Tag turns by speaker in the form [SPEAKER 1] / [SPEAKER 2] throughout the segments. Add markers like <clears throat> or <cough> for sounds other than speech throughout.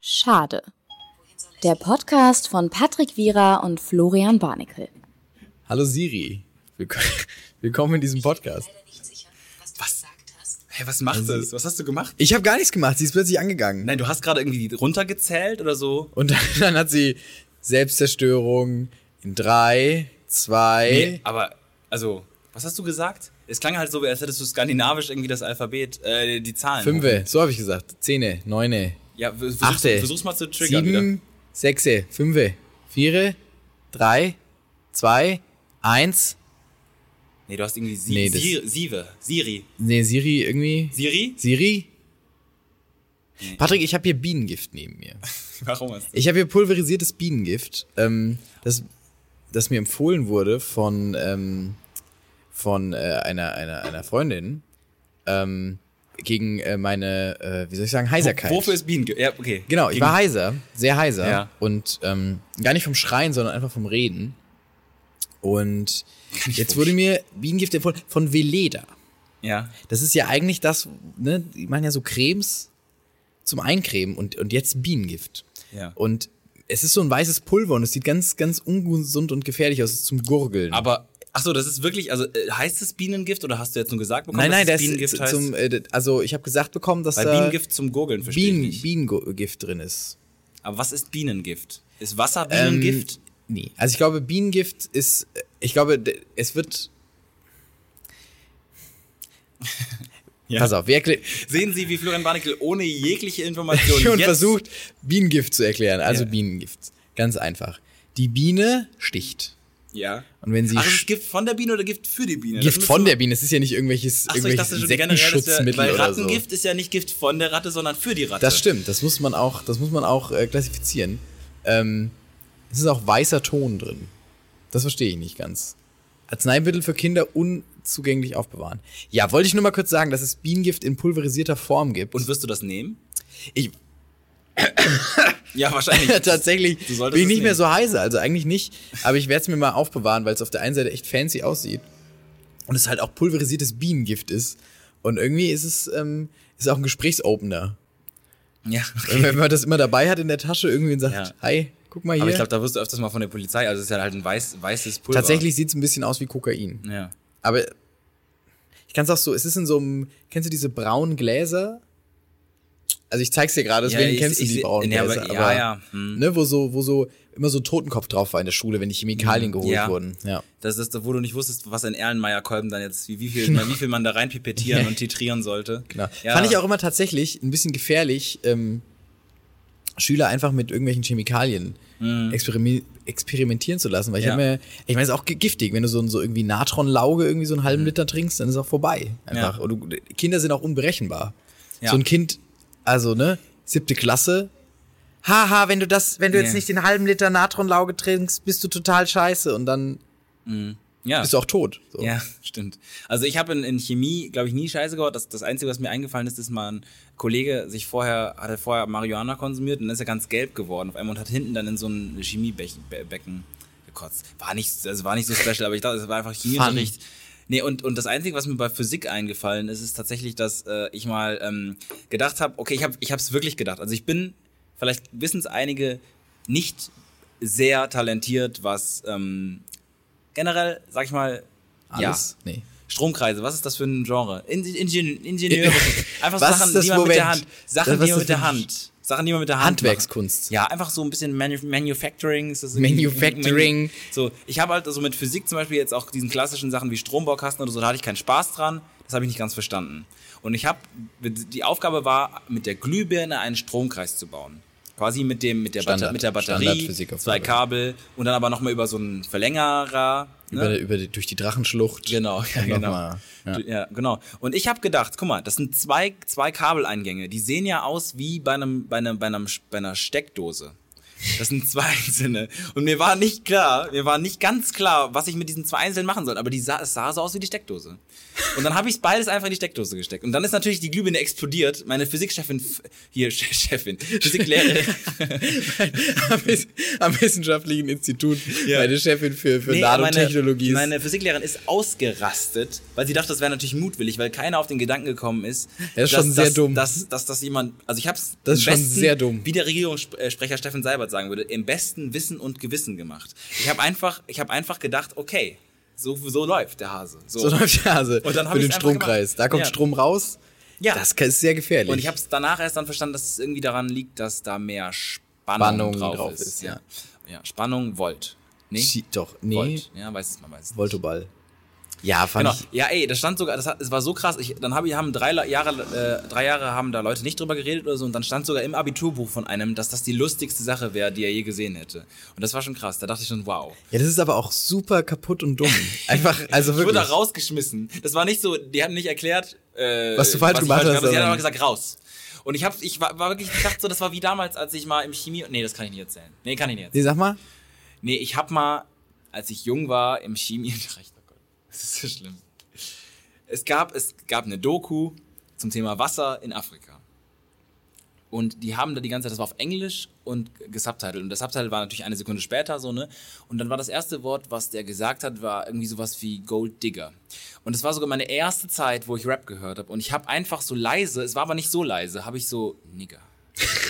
[SPEAKER 1] Schade. Der Podcast von Patrick Wierer und Florian Barnikel.
[SPEAKER 2] Hallo Siri, Willk- <laughs> willkommen in diesem Podcast.
[SPEAKER 3] Hey, was macht
[SPEAKER 2] Also
[SPEAKER 3] das? Was hast du gemacht?
[SPEAKER 2] Ich habe gar nichts gemacht, sie ist plötzlich angegangen.
[SPEAKER 3] Nein, du hast gerade irgendwie runtergezählt oder so.
[SPEAKER 2] Und dann, <laughs> dann hat sie Selbstzerstörung in drei,
[SPEAKER 3] Nee,
[SPEAKER 2] zwei.
[SPEAKER 3] aber, also, was hast du gesagt? Es klang halt so, als hättest du skandinavisch irgendwie das Alphabet, äh, die Zahlen.
[SPEAKER 2] Fünfe, so habe ich gesagt. Zehne, neune,
[SPEAKER 3] Ja, w- versuch's,
[SPEAKER 2] achte,
[SPEAKER 3] versuch's mal zu triggern. Wieder.
[SPEAKER 2] sieben, sechse, fünfe, viere, drei, zwei, eins.
[SPEAKER 3] Nee, du hast irgendwie Sie
[SPEAKER 2] Nee, das-
[SPEAKER 3] Sie Sieve. Siri.
[SPEAKER 2] Nee, Siri irgendwie.
[SPEAKER 3] Siri? <laughs>
[SPEAKER 2] Siri? Patrick, ich habe hier Bienengift neben mir.
[SPEAKER 3] Warum hast du?
[SPEAKER 2] Ich habe hier pulverisiertes Bienengift, ähm, das, das mir empfohlen wurde von, ähm, von äh, einer, einer, einer Freundin ähm, gegen äh, meine, äh, wie soll ich sagen, Heiserkeit.
[SPEAKER 3] Wofür ist Bienen? Ja, okay.
[SPEAKER 2] Genau, ich
[SPEAKER 3] Gegen-
[SPEAKER 2] war heiser, sehr heiser
[SPEAKER 3] Ja.
[SPEAKER 2] und ähm, gar nicht vom Schreien, sondern einfach vom Reden. Und jetzt wurde mir Bienengift empfohlen von Veleda.
[SPEAKER 3] Ja.
[SPEAKER 2] Das ist ja eigentlich das, ne, die machen ja so Cremes zum Eincremen und, und jetzt Bienengift.
[SPEAKER 3] Ja.
[SPEAKER 2] Und es ist so ein weißes Pulver und es sieht ganz, ganz ungesund und gefährlich aus es ist zum Gurgeln.
[SPEAKER 3] Aber, ach so, das ist wirklich, also, äh, heißt es Bienengift oder hast du jetzt nur gesagt bekommen,
[SPEAKER 2] nein, nein,
[SPEAKER 3] dass
[SPEAKER 2] das
[SPEAKER 3] es Bienengift
[SPEAKER 2] ist
[SPEAKER 3] heißt?
[SPEAKER 2] zum, äh, d- also ich habe gesagt bekommen, dass
[SPEAKER 3] Weil
[SPEAKER 2] da
[SPEAKER 3] Bienengift zum Gurgeln, verstehe ich
[SPEAKER 2] Bienen,
[SPEAKER 3] nicht.
[SPEAKER 2] Bienengift drin ist.
[SPEAKER 3] Aber was ist Bienengift? Ist Wasser Bienengift?
[SPEAKER 2] Nee. Also ich glaube, Bienengift ist, äh, ich glaube, d- es wird,
[SPEAKER 3] <laughs> ja.
[SPEAKER 2] pass auf, wir erklären,
[SPEAKER 3] Sehen Sie, wie Florian Barnikel ohne jegliche <laughs> Information
[SPEAKER 2] <laughs> und
[SPEAKER 3] jetzt
[SPEAKER 2] versucht, Bienengift zu erklären. Also
[SPEAKER 3] Ja.
[SPEAKER 2] Bienengift. Ganz einfach. Die Biene sticht.
[SPEAKER 3] Ja.
[SPEAKER 2] Und wenn sie
[SPEAKER 3] Ach, ist es Gift von der Biene oder Gift für die Biene? Das
[SPEAKER 2] Gift
[SPEAKER 3] müssen
[SPEAKER 2] von
[SPEAKER 3] wir-
[SPEAKER 2] der Biene, es ist ja nicht irgendwelches,
[SPEAKER 3] Ach so, ich
[SPEAKER 2] irgendwelches
[SPEAKER 3] dachte schon generell, dass der,
[SPEAKER 2] Insektenschutzmittel
[SPEAKER 3] weil
[SPEAKER 2] oder so.
[SPEAKER 3] Rattengift ist ja nicht Gift von der Ratte, sondern für die Ratte.
[SPEAKER 2] Das stimmt, das muss man auch, das muss man auch äh, klassifizieren. Ähm, es ist auch weißer Ton drin. Das verstehe ich nicht ganz. Arzneimittel für Kinder unzugänglich aufbewahren. Ja, wollte ich nur mal kurz sagen, dass es Bienengift in pulverisierter Form gibt.
[SPEAKER 3] Und wirst du das nehmen?
[SPEAKER 2] ich <laughs>
[SPEAKER 3] Ja, wahrscheinlich.
[SPEAKER 2] tatsächlich
[SPEAKER 3] Du solltest
[SPEAKER 2] bin ich
[SPEAKER 3] es
[SPEAKER 2] nicht mehr
[SPEAKER 3] nehmen.
[SPEAKER 2] so heiser, also eigentlich nicht. Aber ich werde es mir mal aufbewahren, weil es auf der einen Seite echt fancy aussieht und es halt auch pulverisiertes Bienengift ist. Und irgendwie ist es ähm, ist auch ein
[SPEAKER 3] <laughs>
[SPEAKER 2] Gesprächsopener.
[SPEAKER 3] Ja,
[SPEAKER 2] <laughs> Und
[SPEAKER 3] okay.
[SPEAKER 2] wenn man das immer dabei hat in der Tasche, irgendwie und sagt,
[SPEAKER 3] Ja.
[SPEAKER 2] hi, guck mal hier.
[SPEAKER 3] Aber ich glaube, da wirst du öfters mal von der Polizei. Also es ist ja halt ein weiß, weißes Pulver.
[SPEAKER 2] Tatsächlich sieht es ein bisschen aus wie Kokain.
[SPEAKER 3] Ja.
[SPEAKER 2] Aber ich kann es auch so, es ist in so einem, kennst du diese braunen Gläser? Also ich zeig's dir gerade, deswegen
[SPEAKER 3] ich-
[SPEAKER 2] kennst
[SPEAKER 3] ich
[SPEAKER 2] du die
[SPEAKER 3] seh-
[SPEAKER 2] braunen
[SPEAKER 3] nee, aber-
[SPEAKER 2] Gläser.
[SPEAKER 3] ja, ja, hm.
[SPEAKER 2] Ne, wo so, wo so immer so ein Totenkopf drauf war in der Schule, wenn die Chemikalien geholt
[SPEAKER 3] Hm, ja.
[SPEAKER 2] wurden. Ja.
[SPEAKER 3] Das ist, wo du nicht wusstest, was ein Erlenmeyer-Kolben dann jetzt, wie, wie, viel, wie viel man da rein pipettieren und titrieren sollte.
[SPEAKER 2] Genau.
[SPEAKER 3] Ja.
[SPEAKER 2] Fand ich auch immer tatsächlich ein bisschen gefährlich, ähm, Schüler einfach mit irgendwelchen Chemikalien experimi- experimentieren zu lassen, weil ich
[SPEAKER 3] Mhm. Ja.
[SPEAKER 2] hab mir, ich meine, es ist auch ge- giftig, wenn du so, ein- so irgendwie Natronlauge irgendwie so einen halben Liter trinkst, dann ist auch vorbei. Einfach.
[SPEAKER 3] Mhm. Ja.
[SPEAKER 2] Und du, Kinder sind auch unberechenbar.
[SPEAKER 3] Ja.
[SPEAKER 2] So ein Kind, also ne, siebte Klasse. Haha, wenn du das, wenn du
[SPEAKER 3] Nee.
[SPEAKER 2] den halben Liter Natronlauge trinkst, bist du total scheiße und dann
[SPEAKER 3] Ja.
[SPEAKER 2] bist du auch tot. So.
[SPEAKER 3] Ja, stimmt. Also ich habe in, in Chemie, glaube ich, nie Scheiße gehört. Das, das Einzige, was mir eingefallen ist, ist mal ein Kollege sich vorher, hatte vorher Marihuana konsumiert und dann ist er ganz gelb geworden auf einmal und hat hinten dann in so ein Chemiebecken gekotzt. War nicht, also war nicht so special, aber ich dachte, es war einfach Chemieunterricht. Nee, und, und das Einzige, was mir bei Physik eingefallen ist, ist tatsächlich, dass äh, ich mal ähm, gedacht habe, okay, ich habe es wirklich gedacht. Also ich bin, vielleicht wissen es einige, nicht sehr talentiert, was ähm, generell, sag ich mal,
[SPEAKER 2] Alles? Nee.
[SPEAKER 3] Stromkreise, was ist das für ein Genre? In,
[SPEAKER 2] <laughs>
[SPEAKER 3] Ingen, Ingenieure. Einfach
[SPEAKER 2] Was
[SPEAKER 3] Sachen,
[SPEAKER 2] ist das
[SPEAKER 3] die man mit
[SPEAKER 2] Moment?
[SPEAKER 3] der Hand.
[SPEAKER 2] Das-
[SPEAKER 3] Sachen,
[SPEAKER 2] was
[SPEAKER 3] die man
[SPEAKER 2] ist
[SPEAKER 3] mit der
[SPEAKER 2] das für ein-
[SPEAKER 3] Hand. Sachen, die man mit der Hand.
[SPEAKER 2] Handwerkskunst.
[SPEAKER 3] Macht. Ja, einfach so ein bisschen Manu Manufacturing. Ist das
[SPEAKER 2] Manufacturing.
[SPEAKER 3] Manu- So, ich habe halt also mit Physik zum Beispiel jetzt auch diesen klassischen Sachen wie Strombaukasten oder so, da hatte ich keinen Spaß dran. Das habe ich nicht ganz verstanden. Und ich habe, die Aufgabe war, mit der Glühbirne einen Stromkreis zu bauen. Quasi mit dem, mit der, Batter-
[SPEAKER 2] Standard-
[SPEAKER 3] mit der Batterie,
[SPEAKER 2] Standardphysikaufgabe.
[SPEAKER 3] zwei Kabel und dann aber nochmal über so einen Verlängerer. ne?
[SPEAKER 2] Über, über die, durch die Drachenschlucht.
[SPEAKER 3] Genau, <laughs> ja,
[SPEAKER 2] Und
[SPEAKER 3] genau.
[SPEAKER 2] nochmal, ja.
[SPEAKER 3] Du- ja, genau. Und ich habe gedacht, guck mal, das sind zwei, zwei Kabeleingänge. Die sehen ja aus wie bei, einem, bei, einem, bei, einem, bei einer Steckdose. Das sind zwei <laughs> einzelne. Und mir war nicht klar, mir war nicht ganz klar, was ich mit diesen zwei einzelnen machen soll. Aber die sah, es sah so aus wie die Steckdose. Und dann habe ich beides einfach in die Steckdose gesteckt. Und dann ist natürlich die Glühbirne explodiert. Meine Physikchefin, f- hier, <laughs> Che- Chefin, Physiklehrerin,
[SPEAKER 2] am, Wiss- am Wissenschaftlichen Institut,
[SPEAKER 3] Ja.
[SPEAKER 2] meine Chefin für, für
[SPEAKER 3] Nee, aber
[SPEAKER 2] Nanotechnologie.
[SPEAKER 3] Meine, meine Physiklehrerin ist ausgerastet, weil sie dachte, das wäre natürlich mutwillig, weil keiner auf den Gedanken gekommen ist.
[SPEAKER 2] Ja, ist schon sehr
[SPEAKER 3] dass,
[SPEAKER 2] dumm.
[SPEAKER 3] Dass, dass das jemand, also ich habe es
[SPEAKER 2] Das ist schon sehr dumm.
[SPEAKER 3] wie der Regierungssprecher Steffen Seibert sagen würde, im besten Wissen und Gewissen gemacht. Ich habe einfach, ich habe einfach gedacht, okay, so, so läuft der Hase.
[SPEAKER 2] so läuft die Hase.
[SPEAKER 3] Und dann hab
[SPEAKER 2] für
[SPEAKER 3] ich's
[SPEAKER 2] den
[SPEAKER 3] einfach
[SPEAKER 2] Stromkreis.
[SPEAKER 3] gemacht.
[SPEAKER 2] Da kommt
[SPEAKER 3] Ja.
[SPEAKER 2] Strom raus.
[SPEAKER 3] Ja.
[SPEAKER 2] Das ist sehr gefährlich.
[SPEAKER 3] Und ich habe es danach erst dann verstanden, dass es irgendwie daran liegt, dass da mehr Spannung,
[SPEAKER 2] Spannung
[SPEAKER 3] drauf,
[SPEAKER 2] drauf
[SPEAKER 3] ist.
[SPEAKER 2] ist,
[SPEAKER 3] ja. ja, Spannung, Volt. Nee,
[SPEAKER 2] Schi- doch, nee.
[SPEAKER 3] Volt. Ja, weiß es, man weiß es.
[SPEAKER 2] Voltoball. Ja, fand
[SPEAKER 3] Genau.
[SPEAKER 2] ich.
[SPEAKER 3] Ja, ey, das stand sogar, das, hat, es war so krass. Ich, dann hab, ich- haben drei La- Jahre, äh, drei Jahre haben da Leute nicht drüber geredet oder so und dann stand sogar im Abiturbuch von einem, dass das die lustigste Sache wäre, die er je gesehen hätte. Und das war schon krass. Da dachte ich schon, wow.
[SPEAKER 2] Ja, das ist aber auch super kaputt und
[SPEAKER 3] <laughs>
[SPEAKER 2] dumm. Einfach, also
[SPEAKER 3] Ich wurde
[SPEAKER 2] wirklich.
[SPEAKER 3] da rausgeschmissen. Das war nicht so, die haben nicht erklärt, äh,
[SPEAKER 2] Was du falsch gemacht
[SPEAKER 3] ich falsch
[SPEAKER 2] hast,
[SPEAKER 3] habe. Sie haben
[SPEAKER 2] sondern-
[SPEAKER 3] einfach gesagt, raus. Und ich hab, ich war, war wirklich gedacht, so, das war wie damals, als ich mal im Chemie. Nee, das kann ich nicht erzählen. Nee, kann ich nicht erzählen.
[SPEAKER 2] Nee, sag mal.
[SPEAKER 3] Nee, ich hab mal, als ich jung war, im Chemieunterricht, <laughs> oh Gott, das ist so schlimm. Es gab, es gab eine Doku zum Thema Wasser in Afrika. Und die haben da die ganze Zeit, das war auf Englisch und gesubtitelt. Und das Subtitle war natürlich eine Sekunde später so, ne? Und dann war das erste Wort, was der gesagt hat, war irgendwie sowas wie Gold Digger. Und das war sogar meine erste Zeit, wo ich Rap gehört habe. Und ich habe einfach so leise, es war aber nicht so leise, habe ich so
[SPEAKER 2] <laughs>
[SPEAKER 3] Nigger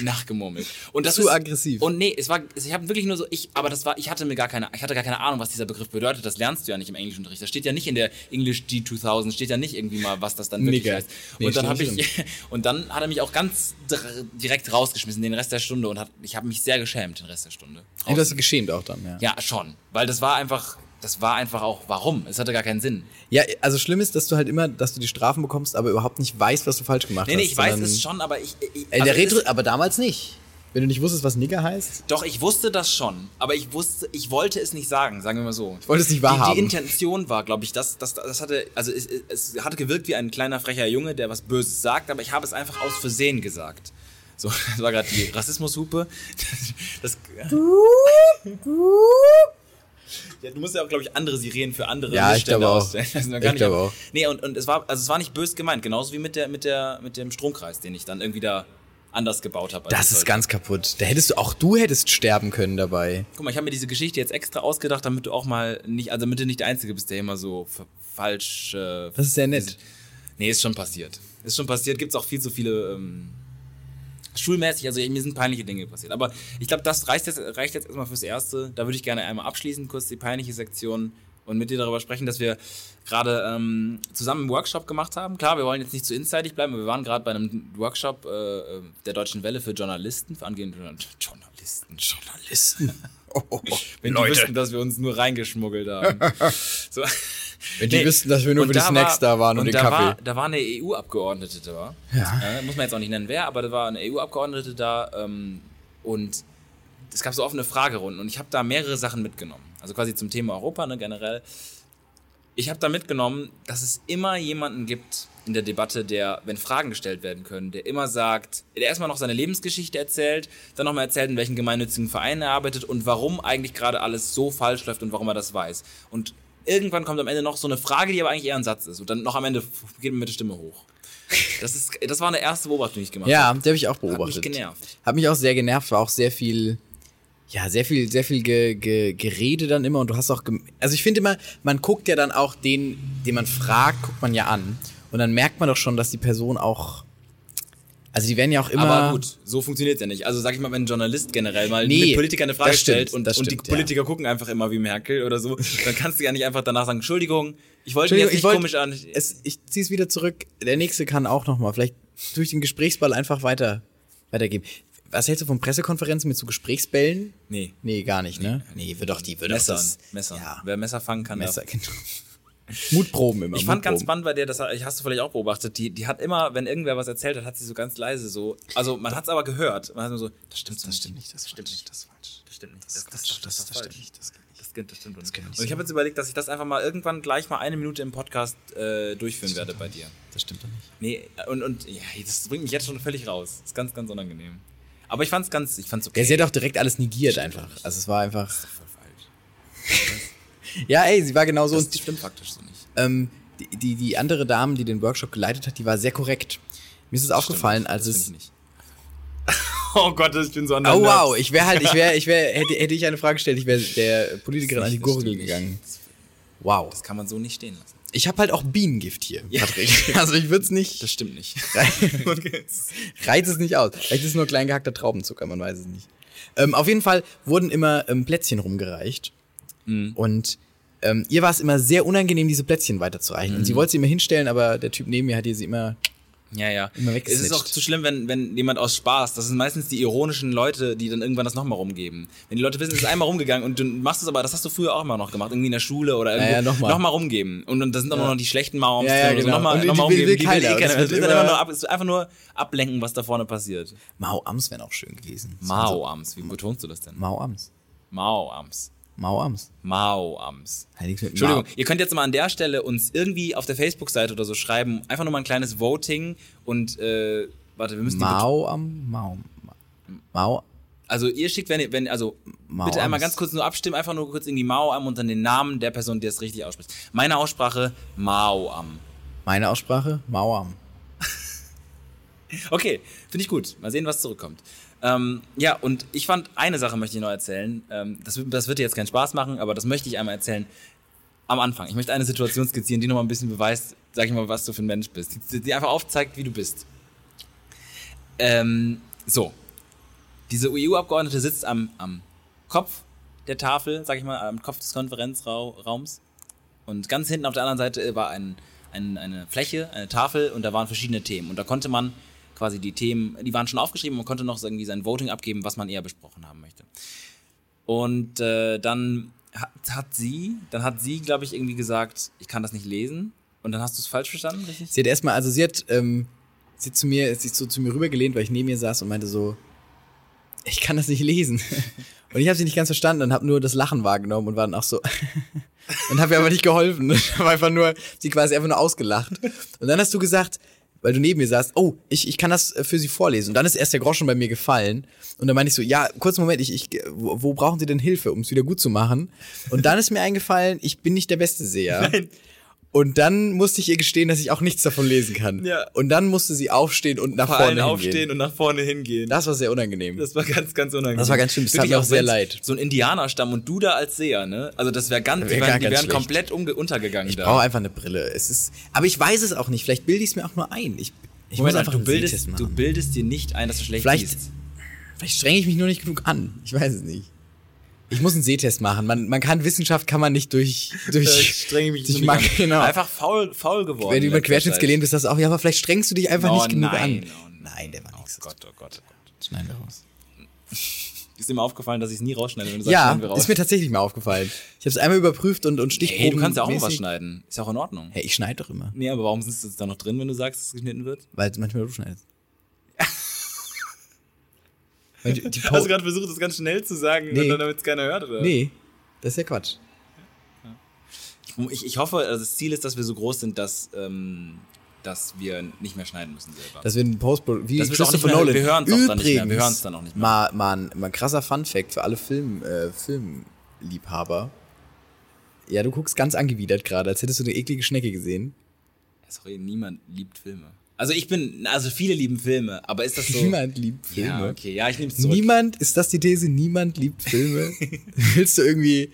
[SPEAKER 3] nachgemurmelt. Und das
[SPEAKER 2] Zu
[SPEAKER 3] ist,
[SPEAKER 2] aggressiv.
[SPEAKER 3] Und nee, es war, ich habe wirklich nur so, ich, aber das war, ich hatte mir gar keine, ich hatte gar keine Ahnung, was dieser Begriff bedeutet. Das lernst du ja nicht im Englischunterricht. Das steht ja nicht in der English G2000, steht ja nicht irgendwie mal, was das dann wirklich
[SPEAKER 2] Nigger.
[SPEAKER 3] heißt.
[SPEAKER 2] Nee,
[SPEAKER 3] Und dann
[SPEAKER 2] stimmt,
[SPEAKER 3] habe ich, <laughs> und dann hat er mich auch ganz dr- direkt rausgeschmissen den Rest der Stunde und hat, ich habe mich sehr geschämt den Rest der Stunde.
[SPEAKER 2] Ey, du hast dich geschämt auch dann, ja.
[SPEAKER 3] Ja, schon, weil das war einfach, das war einfach auch, warum? Es hatte gar keinen Sinn.
[SPEAKER 2] Ja, also schlimm ist, dass du halt immer, dass du die Strafen bekommst, aber überhaupt nicht weißt, was du falsch gemacht
[SPEAKER 3] Nee,
[SPEAKER 2] hast.
[SPEAKER 3] nee, ich weiß
[SPEAKER 2] sondern-
[SPEAKER 3] es schon, aber ich, ich
[SPEAKER 2] ähm, Ey,
[SPEAKER 3] also
[SPEAKER 2] der
[SPEAKER 3] es
[SPEAKER 2] Retro,
[SPEAKER 3] ist-
[SPEAKER 2] aber damals nicht. Wenn du nicht wusstest, was Nigger heißt.
[SPEAKER 3] doch ich wusste das schon, aber ich wusste, ich wollte es nicht sagen, sagen wir mal so. Ich
[SPEAKER 2] wollte es nicht wahrhaben.
[SPEAKER 3] Die, die Intention war, glaube ich, dass das, das hatte, also es, es hatte gewirkt wie ein kleiner frecher Junge, der was Böses sagt, aber ich habe es einfach aus Versehen gesagt. So, <laughs> das war gerade die Rassismushupe. <laughs> Das, Ja, du musst ja auch, glaube ich, andere Sirenen für andere
[SPEAKER 2] Ja, ich
[SPEAKER 3] Missstände
[SPEAKER 2] glaube auch.
[SPEAKER 3] ausstellen. Das ist mir
[SPEAKER 2] Ich
[SPEAKER 3] gar nicht-
[SPEAKER 2] glaube auch.
[SPEAKER 3] Nee, und, und es war, also es war nicht bös gemeint, genauso wie mit der, mit der, mit dem Stromkreis, den ich dann irgendwie da anders gebaut habe. als ich
[SPEAKER 2] Das ist
[SPEAKER 3] sollte.
[SPEAKER 2] ganz kaputt. Da hättest du, auch du hättest sterben können dabei.
[SPEAKER 3] Guck mal, ich habe mir diese Geschichte jetzt extra ausgedacht, damit du auch mal nicht, also damit du nicht der Einzige bist, der immer so f- falsch. Äh,
[SPEAKER 2] Das ist sehr nett.
[SPEAKER 3] nee, ist schon passiert. Ist schon passiert. Gibt's auch viel zu viele. Ähm, Schulmäßig, also mir sind peinliche Dinge passiert. Aber ich glaube, das reicht jetzt, reicht jetzt erstmal fürs Erste. Da würde ich gerne einmal abschließen, kurz die peinliche Sektion und mit dir darüber sprechen, dass wir gerade ähm, zusammen einen Workshop gemacht haben. Klar, wir wollen jetzt nicht zu insidig bleiben, aber wir waren gerade bei einem Workshop äh, der Deutschen Welle für Journalisten, für angehende Journalisten, Journalisten.
[SPEAKER 2] Oh,
[SPEAKER 3] Wenn die wüssten, dass wir uns nur
[SPEAKER 2] <laughs>
[SPEAKER 3] reingeschmuggelt haben. so.
[SPEAKER 2] Wenn die wüssten, dass wir nur für die
[SPEAKER 3] da
[SPEAKER 2] Snacks da waren und den
[SPEAKER 3] da
[SPEAKER 2] Kaffee.
[SPEAKER 3] War, da war eine EU-Abgeordnete da. Ja. Äh, muss man jetzt auch nicht nennen, wer, aber da war eine EU-Abgeordnete da ähm, und es gab so offene Fragerunden und ich habe da mehrere Sachen mitgenommen. Also quasi zum Thema Europa ne, generell. Ich habe da mitgenommen, dass es immer jemanden gibt in der Debatte, der, wenn Fragen gestellt werden können, der immer sagt, der erstmal noch seine Lebensgeschichte erzählt, dann nochmal erzählt, in welchen gemeinnützigen Vereinen er arbeitet und warum eigentlich gerade alles so falsch läuft und warum er das weiß. Und irgendwann kommt am Ende noch so eine Frage, die aber eigentlich eher ein Satz ist. Und dann noch am Ende geht mir mit der Stimme hoch. Das, ist, das war eine erste Beobachtung, die ich gemacht
[SPEAKER 2] Ja, die habe ich auch
[SPEAKER 3] habe. Hat
[SPEAKER 2] beobachtet.
[SPEAKER 3] mich genervt.
[SPEAKER 2] Hat mich auch sehr genervt, war auch sehr viel, ja, sehr viel, sehr viel ge, ge, Gerede dann immer und du hast auch, gem- also ich finde immer, man guckt ja dann auch den, den man fragt, guckt man ja an und dann merkt man doch schon, dass die Person auch, also die werden ja auch immer,
[SPEAKER 3] Aber gut, so funktioniert ja nicht. Also sag ich mal, wenn ein Journalist generell mal
[SPEAKER 2] Nee,
[SPEAKER 3] mit Politikern eine Frage
[SPEAKER 2] das stimmt,
[SPEAKER 3] stellt und,
[SPEAKER 2] das
[SPEAKER 3] und die
[SPEAKER 2] stimmt, ja.
[SPEAKER 3] Politiker gucken einfach immer wie Merkel oder so, dann kannst du ja nicht einfach danach sagen, Entschuldigung, ich wollte
[SPEAKER 2] Entschuldigung,
[SPEAKER 3] jetzt nicht
[SPEAKER 2] wollt-
[SPEAKER 3] komisch an.
[SPEAKER 2] Es, ich ziehe es wieder zurück. Der nächste kann auch nochmal. Vielleicht durch den Gesprächsball einfach weiter, weitergeben. Was hältst du von Pressekonferenzen mit so Gesprächsbällen?
[SPEAKER 3] nee,
[SPEAKER 2] Nee, gar nicht, ne? Nee, wird doch die, wird
[SPEAKER 3] Messern,
[SPEAKER 2] das-
[SPEAKER 3] Messern.
[SPEAKER 2] Ja,
[SPEAKER 3] Wer Messer fangen kann,
[SPEAKER 2] Messer,
[SPEAKER 3] Messer.
[SPEAKER 2] genau. Mutproben immer.
[SPEAKER 3] Ich fand ganz
[SPEAKER 2] Mutproben.
[SPEAKER 3] spannend bei der, das hast du vielleicht auch beobachtet, die, die hat immer, wenn irgendwer was erzählt hat, hat sie so ganz leise so, also man hat es aber gehört, man hat immer so, das stimmt, so
[SPEAKER 2] Das
[SPEAKER 3] nicht.
[SPEAKER 2] stimmt nicht, das stimmt
[SPEAKER 3] stimmt nicht,
[SPEAKER 2] nicht, das ist falsch.
[SPEAKER 3] das stimmt nicht,
[SPEAKER 2] Das, das, das, das, das stimmt nicht, das geht nicht.
[SPEAKER 3] Das, das stimmt
[SPEAKER 2] kann nicht
[SPEAKER 3] Und ich habe jetzt überlegt, dass ich das einfach mal irgendwann gleich mal eine Minute im Podcast äh, durchführen werde bei dir.
[SPEAKER 2] Das stimmt doch nicht.
[SPEAKER 3] Nee, und, und ja, das bringt mich jetzt schon völlig raus. Ist ganz, ganz unangenehm. Aber ich fand's ganz, ich fand's okay.
[SPEAKER 2] Ja, sie hat auch direkt alles negiert einfach. Also es war einfach. <laughs> Ja, ey, sie war genau so.
[SPEAKER 3] Das
[SPEAKER 2] Und,
[SPEAKER 3] stimmt faktisch so nicht.
[SPEAKER 2] ähm, die, die, die andere Dame, die den Workshop geleitet hat, die war sehr korrekt. Mir ist es aufgefallen,
[SPEAKER 3] Stimmt,
[SPEAKER 2] als
[SPEAKER 3] das
[SPEAKER 2] es.
[SPEAKER 3] find ich nicht. <laughs> Oh Gott, ich bin so an der
[SPEAKER 2] Oh
[SPEAKER 3] Nerves.
[SPEAKER 2] wow, ich wäre halt, ich wäre, ich
[SPEAKER 3] <laughs>
[SPEAKER 2] wäre, hätte, hätte ich eine Frage gestellt, ich wäre der Politikerin
[SPEAKER 3] Das
[SPEAKER 2] an die
[SPEAKER 3] stimmt
[SPEAKER 2] Gurgel
[SPEAKER 3] nicht.
[SPEAKER 2] gegangen. Wow.
[SPEAKER 3] Das kann man so nicht stehen lassen.
[SPEAKER 2] Ich habe halt auch Bienengift hier, Patrick. <laughs> Also ich würde es nicht,
[SPEAKER 3] Das stimmt <laughs> nicht.
[SPEAKER 2] reiz es nicht aus. Vielleicht ist es nur klein gehackter Traubenzucker, man weiß es nicht. Ähm, auf jeden Fall wurden immer ähm, Plätzchen rumgereicht.
[SPEAKER 3] Mhm.
[SPEAKER 2] Und ähm, ihr war es immer sehr unangenehm, diese Plätzchen weiterzureichen.
[SPEAKER 3] Mhm.
[SPEAKER 2] Und sie wollte sie immer hinstellen, aber der Typ neben mir hat ihr sie immer
[SPEAKER 3] ja, ja.
[SPEAKER 2] Immer
[SPEAKER 3] es ist
[SPEAKER 2] weggesnitcht.
[SPEAKER 3] auch zu schlimm, wenn, wenn jemand aus Spaß, das sind meistens die ironischen Leute, die dann irgendwann das nochmal rumgeben. Wenn die Leute wissen, es ist einmal rumgegangen und du machst es aber, das hast du früher auch immer noch gemacht, irgendwie in der Schule oder irgendwo,
[SPEAKER 2] Ja, ja, nochmal.
[SPEAKER 3] nochmal rumgeben. Und, und das sind dann auch noch die schlechten Mauern.
[SPEAKER 2] Ja, ja, genau.
[SPEAKER 3] nochmal,
[SPEAKER 2] Und die
[SPEAKER 3] nochmal
[SPEAKER 2] will- will
[SPEAKER 3] rumgeben. Die
[SPEAKER 2] keiner.
[SPEAKER 3] will eh
[SPEAKER 2] Und
[SPEAKER 3] keiner.
[SPEAKER 2] es wird
[SPEAKER 3] Das will dann immer
[SPEAKER 2] immer-
[SPEAKER 3] nur ab, ist einfach nur ablenken, was da vorne passiert.
[SPEAKER 2] Mau Ams wäre auch schön gewesen. Das war so-
[SPEAKER 3] Mao Ams, wie betonst du das denn?
[SPEAKER 2] Mau Ams.
[SPEAKER 3] Mao Ams.
[SPEAKER 2] Mau Ams.
[SPEAKER 3] Mao Ams.
[SPEAKER 2] Hat nichts mit
[SPEAKER 3] Entschuldigung,
[SPEAKER 2] Mao.
[SPEAKER 3] ihr könnt jetzt mal an der Stelle uns irgendwie auf der Facebook-Seite oder so schreiben, einfach nur mal ein kleines Voting und äh, warte, wir müssen die Bet-
[SPEAKER 2] Mau am Mau. Mau.
[SPEAKER 3] also ihr schickt, wenn ihr, wenn, also
[SPEAKER 2] Mao
[SPEAKER 3] bitte einmal
[SPEAKER 2] Ams.
[SPEAKER 3] ganz kurz nur abstimmen, einfach nur kurz irgendwie Mao Am und dann den Namen der Person, die es richtig ausspricht. Meine Aussprache Mao Am.
[SPEAKER 2] Meine Aussprache? Mau am.
[SPEAKER 3] Okay, finde ich gut. Mal sehen, was zurückkommt. Ähm, ja, und ich fand, eine Sache möchte ich noch erzählen. Ähm, das, wird- das wird dir jetzt keinen Spaß machen, aber das möchte ich einmal erzählen. Am Anfang. Ich möchte eine Situation skizzieren, die nochmal ein bisschen beweist, sag ich mal, was du für ein Mensch bist. Die, die einfach aufzeigt, wie du bist. Ähm, so. Diese EU-Abgeordnete sitzt am, am Kopf der Tafel, sag ich mal, am Kopf des Konferenzraums. Und ganz hinten auf der anderen Seite äh, war ein, ein, eine Fläche, eine Tafel und da waren verschiedene Themen. Und da konnte man quasi die Themen, die waren schon aufgeschrieben, man konnte noch so irgendwie sein Voting abgeben, was man eher besprochen haben möchte. Und äh, dann hat, hat sie, dann hat sie, glaube ich, irgendwie gesagt, ich kann das nicht lesen. Und dann hast du es falsch verstanden, richtig?
[SPEAKER 2] Sie hat erstmal, also sie hat, ähm, sie hat zu mir, sie ist so zu mir rübergelehnt, weil ich neben ihr saß und meinte so, ich kann das nicht lesen. Und ich habe sie nicht ganz verstanden und habe nur das Lachen wahrgenommen und war dann auch so <laughs> und habe ihr aber nicht geholfen. Ich habe einfach nur sie quasi einfach nur ausgelacht. Und dann hast du gesagt, weil du neben mir saßt, oh, ich, ich kann das äh, für sie vorlesen. Und dann ist erst der Groschen bei mir gefallen. Und dann meinte ich so, ja, kurz Moment, ich, ich, wo, wo brauchen Sie denn Hilfe, um es wieder gut zu machen? Und dann ist mir eingefallen, ich bin nicht der beste Seher. Und dann musste ich ihr gestehen, dass ich auch nichts davon lesen kann.
[SPEAKER 3] Ja.
[SPEAKER 2] Und dann musste sie aufstehen und nach vorne hingehen.
[SPEAKER 3] und nach vorne hingehen.
[SPEAKER 2] Das war sehr unangenehm.
[SPEAKER 3] Das war ganz, ganz unangenehm.
[SPEAKER 2] Das war ganz schlimm, das tat
[SPEAKER 3] Wirklich
[SPEAKER 2] mir auch sehr
[SPEAKER 3] wenn's
[SPEAKER 2] leid.
[SPEAKER 3] So ein Indianerstamm und du da als Seher, ne? Also das wäre ganz,
[SPEAKER 2] Wär
[SPEAKER 3] die
[SPEAKER 2] gar
[SPEAKER 3] wären, die
[SPEAKER 2] ganz
[SPEAKER 3] wären
[SPEAKER 2] schlecht.
[SPEAKER 3] komplett umge- untergegangen
[SPEAKER 2] Ich
[SPEAKER 3] da.
[SPEAKER 2] brauche einfach eine Brille. Es ist, aber ich weiß es auch nicht. Vielleicht bilde ich es mir auch nur ein. Ich, ich
[SPEAKER 3] Moment,
[SPEAKER 2] muss einfach
[SPEAKER 3] du
[SPEAKER 2] einen
[SPEAKER 3] bildest,
[SPEAKER 2] Sehtest
[SPEAKER 3] du
[SPEAKER 2] machen.
[SPEAKER 3] bildest dir nicht ein, dass du schlecht
[SPEAKER 2] Vielleicht-
[SPEAKER 3] siehst.
[SPEAKER 2] Vielleicht strenge ich mich nur nicht genug an. Ich weiß es nicht. Ich muss einen Sehtest machen. Man, man kann Wissenschaft kann man nicht
[SPEAKER 3] <laughs>
[SPEAKER 2] durch durch
[SPEAKER 3] Äh,
[SPEAKER 2] durch
[SPEAKER 3] nicht
[SPEAKER 2] Mangel-
[SPEAKER 3] an.
[SPEAKER 2] genau.
[SPEAKER 3] Einfach faul, faul geworden.
[SPEAKER 2] wenn du über
[SPEAKER 3] in letzter Zeit.
[SPEAKER 2] Querschnittsgelähmt bist, das auch. Ja, aber vielleicht strengst du dich einfach
[SPEAKER 3] Oh,
[SPEAKER 2] nicht genug
[SPEAKER 3] nein,
[SPEAKER 2] an.
[SPEAKER 3] oh nein.
[SPEAKER 2] nein, der war nichts.
[SPEAKER 3] Oh Gott, oh Gott, oh Gott.
[SPEAKER 2] Schneiden wir raus.
[SPEAKER 3] Ist dir mal aufgefallen, dass ich es nie rausschneide, wenn du sagst,
[SPEAKER 2] Ja,
[SPEAKER 3] schneiden wir raus.
[SPEAKER 2] ist mir tatsächlich mal aufgefallen. Ich habe es einmal überprüft und und Stichproben.
[SPEAKER 3] hey, du kannst ja auch mal was
[SPEAKER 2] mäßig-
[SPEAKER 3] schneiden. Ist ja auch in Ordnung.
[SPEAKER 2] Hey, ich schneide doch immer,
[SPEAKER 3] Nee, aber warum sitzt es da noch drin, wenn du sagst, dass es geschnitten wird?
[SPEAKER 2] weil manchmal du
[SPEAKER 3] <laughs>
[SPEAKER 2] schneidest. Weil die- die Po-
[SPEAKER 3] Hast du gerade versucht, das ganz schnell zu sagen,
[SPEAKER 2] Nee.
[SPEAKER 3] dann, damit es keiner hört? Oder?
[SPEAKER 2] nee, das ist ja Quatsch.
[SPEAKER 3] Ich, ich hoffe, also das Ziel ist, dass wir so groß sind, dass, ähm, dass wir nicht mehr schneiden müssen selber.
[SPEAKER 2] Dass wir einen post wie
[SPEAKER 3] Dass wir's auch
[SPEAKER 2] Christopher
[SPEAKER 3] nicht mehr-
[SPEAKER 2] Nolan.
[SPEAKER 3] wir hören's auch
[SPEAKER 2] Übrigens,
[SPEAKER 3] dann nicht mehr, wir hören's dann auch nicht mehr.
[SPEAKER 2] Mal, mal, ein, mal ein krasser Fun-Fact für alle Film, äh, Filmliebhaber. Ja, du guckst ganz angewidert gerade, als hättest du eine eklige Schnecke gesehen.
[SPEAKER 3] Sorry, niemand liebt Filme. Also ich bin, also viele lieben Filme, aber ist das so?
[SPEAKER 2] Niemand liebt Filme.
[SPEAKER 3] Ja, okay, ja, ich nehme es zurück.
[SPEAKER 2] Niemand, ist das die These? Niemand liebt Filme.
[SPEAKER 3] <laughs>
[SPEAKER 2] Willst du irgendwie,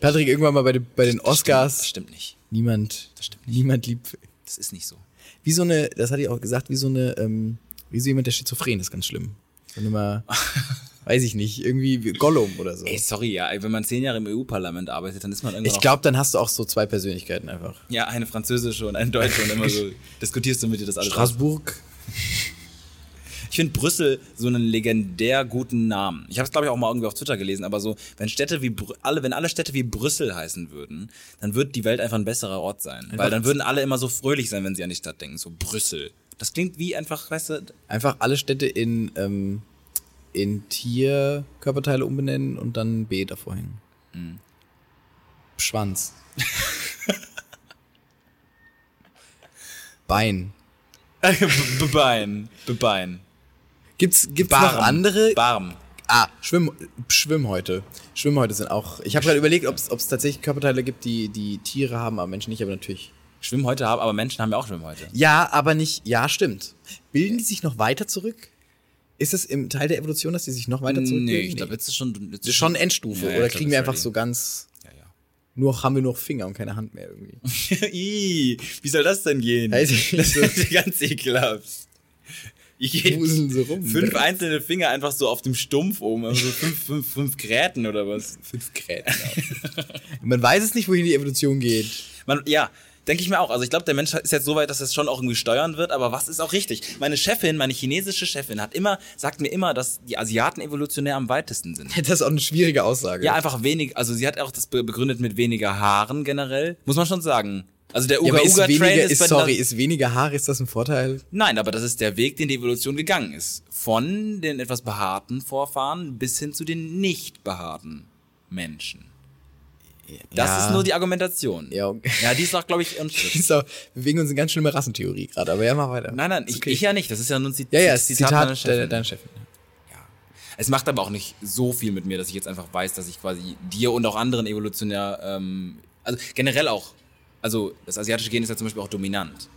[SPEAKER 2] Patrick, irgendwann mal bei, den- bei den
[SPEAKER 3] Das
[SPEAKER 2] Oscars?
[SPEAKER 3] stimmt nicht.
[SPEAKER 2] Niemand,
[SPEAKER 3] Das stimmt nicht.
[SPEAKER 2] niemand liebt Filme.
[SPEAKER 3] Das ist nicht so.
[SPEAKER 2] Wie so eine, das hatte ich auch gesagt, wie so eine, ähm, wie so jemand, der schizophren ist, ganz schlimm. Dann immer, weiß ich nicht, irgendwie wie Gollum oder so.
[SPEAKER 3] Ey, sorry, ja, ey, wenn man zehn Jahre im EU-Parlament arbeitet, dann ist man irgendwann
[SPEAKER 2] Ich glaube, dann hast du auch so zwei Persönlichkeiten einfach.
[SPEAKER 3] auch, ja, eine französische und eine deutsche und immer so <laughs> diskutierst du mit dir das alles. aus.
[SPEAKER 2] Straßburg.
[SPEAKER 3] Ich finde Brüssel so einen legendär guten Namen. Ich habe es glaube ich auch mal irgendwie auf Twitter gelesen, aber so wenn Städte wie Brü alle wenn alle Städte wie Brüssel heißen würden, dann würde die Welt einfach ein besserer Ort sein, weil dann würden alle immer so fröhlich sein, wenn sie an die Stadt denken, so Brüssel. Das klingt wie einfach, weißt du, <laughs>
[SPEAKER 2] Einfach alle Städte in, ähm, in Tierkörperteile umbenennen und dann ein B davor hängen. Schwanz. Bein.
[SPEAKER 3] Bebein, Bebein.
[SPEAKER 2] Gibt's, gibt's
[SPEAKER 3] Barm.
[SPEAKER 2] noch andere?
[SPEAKER 3] Barm.
[SPEAKER 2] Ah, Schwimm, Schwimmhäute. Schwimmhäute sind auch. Ich habe gerade überlegt, ob es tatsächlich Körperteile gibt, die, die Tiere haben, aber Menschen nicht, aber natürlich.
[SPEAKER 3] Schwimmhäute haben, aber Menschen haben ja auch Schwimmhäute.
[SPEAKER 2] Ja, aber nicht. Ja, stimmt. Bilden die sich noch weiter zurück? Ist das im Teil der Evolution, dass die sich noch weiter zurückbilden?
[SPEAKER 3] Nee, ich glaube, jetzt ist schon. Jetzt
[SPEAKER 2] das ist schon Endstufe.
[SPEAKER 3] Ja, ja,
[SPEAKER 2] Oder
[SPEAKER 3] ich glaub,
[SPEAKER 2] kriegen
[SPEAKER 3] das
[SPEAKER 2] wir
[SPEAKER 3] ist
[SPEAKER 2] einfach
[SPEAKER 3] ready.
[SPEAKER 2] so ganz.
[SPEAKER 3] Ja, ja.
[SPEAKER 2] Nur haben wir nur noch Finger und keine Hand mehr
[SPEAKER 3] <laughs>
[SPEAKER 2] irgendwie.
[SPEAKER 3] Ih, wie soll das denn gehen?
[SPEAKER 2] Weiß ich nicht.
[SPEAKER 3] das ist <laughs> ja ganz ekelhaft. Ich
[SPEAKER 2] Wuseln sie rum. ne?
[SPEAKER 3] Fünf einzelne Finger einfach so auf dem Stumpf oben, also
[SPEAKER 2] <laughs>
[SPEAKER 3] fünf, fünf, fünf Gräten oder was?
[SPEAKER 2] Fünf Gräten.
[SPEAKER 3] genau.
[SPEAKER 2] <laughs> Man weiß es nicht, wohin die Evolution geht.
[SPEAKER 3] <laughs> Man, ja, denke ich mir auch. Also ich glaube, der Mensch ist jetzt so weit, dass das schon auch irgendwie steuern wird, aber was ist auch richtig? Meine Chefin, meine chinesische Chefin hat immer, sagt mir immer, dass die Asiaten evolutionär am weitesten sind.
[SPEAKER 2] Das ist auch eine schwierige Aussage.
[SPEAKER 3] Ja, einfach wenig, also sie hat auch das be- begründet mit weniger Haaren generell, muss man schon sagen. Also der
[SPEAKER 2] Ja,
[SPEAKER 3] Uga
[SPEAKER 2] aber ist
[SPEAKER 3] Uga Trail
[SPEAKER 2] weniger,
[SPEAKER 3] ist,
[SPEAKER 2] ist,
[SPEAKER 3] bei
[SPEAKER 2] sorry,
[SPEAKER 3] den-
[SPEAKER 2] ist weniger Haare, ist das ein Vorteil?
[SPEAKER 3] Nein, aber das ist der Weg, den die Evolution gegangen ist. Von den etwas behaarten Vorfahren bis hin zu den nicht behaarten Menschen. Das
[SPEAKER 2] Ja.
[SPEAKER 3] ist nur die Argumentation.
[SPEAKER 2] Ja, okay.
[SPEAKER 3] ja die ist auch, glaube
[SPEAKER 2] <laughs>
[SPEAKER 3] ich, unschrift.
[SPEAKER 2] Ist auch, wir bewegen uns in ganz schlimme Rassentheorie gerade, aber ja, mach weiter.
[SPEAKER 3] Nein, nein,
[SPEAKER 2] Ist
[SPEAKER 3] ich,
[SPEAKER 2] okay.
[SPEAKER 3] ich ja nicht. Das ist ja nur ein Zit
[SPEAKER 2] Ja, ja,
[SPEAKER 3] Zitat,
[SPEAKER 2] Zitat, Zitat
[SPEAKER 3] meiner
[SPEAKER 2] deiner Chefin.
[SPEAKER 3] Chefin.
[SPEAKER 2] Deiner Chefin.
[SPEAKER 3] Es macht aber auch nicht so viel mit mir, dass ich jetzt einfach weiß, dass ich quasi dir und auch anderen evolutionär, ähm, also generell auch, also das asiatische Gen ist ja zum Beispiel auch dominant.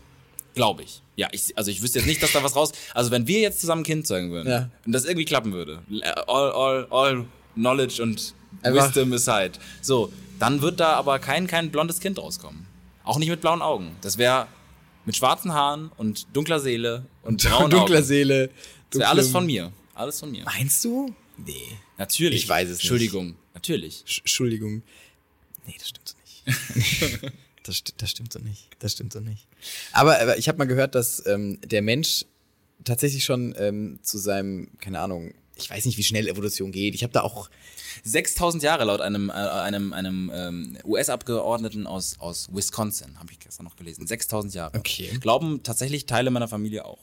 [SPEAKER 3] Glaube ich. Ja, ich, also ich wüsste jetzt nicht, dass da was raus. Also wenn wir jetzt zusammen ein Kind zeugen würden
[SPEAKER 2] Ja.
[SPEAKER 3] und das irgendwie klappen würde, äh, all, all, all knowledge und
[SPEAKER 2] Einfach-
[SPEAKER 3] wisdom aside, so, dann wird da aber kein, kein blondes Kind rauskommen. Auch nicht mit blauen Augen. Das wäre mit schwarzen Haaren und dunkler Seele
[SPEAKER 2] <laughs>
[SPEAKER 3] und braunen
[SPEAKER 2] Dunkler
[SPEAKER 3] Augen.
[SPEAKER 2] Seele.
[SPEAKER 3] Das wäre alles von mir. Alles von mir.
[SPEAKER 2] Meinst du? Nee.
[SPEAKER 3] Natürlich.
[SPEAKER 2] Ich weiß es nicht.
[SPEAKER 3] Entschuldigung, natürlich.
[SPEAKER 2] Sch- Entschuldigung. Nee, das stimmt so nicht.
[SPEAKER 3] <laughs>
[SPEAKER 2] das, sti- das stimmt so nicht. Das stimmt so nicht. Aber, aber ich habe mal gehört, dass ähm, der Mensch tatsächlich schon ähm, zu seinem, keine Ahnung, ich weiß nicht, wie schnell Evolution geht. Ich habe da auch
[SPEAKER 3] 6000 Jahre laut einem, äh, einem, einem ähm, US-Abgeordneten aus, aus Wisconsin, habe ich gestern noch gelesen. 6000 Jahre.
[SPEAKER 2] Okay.
[SPEAKER 3] Glauben tatsächlich Teile meiner Familie auch.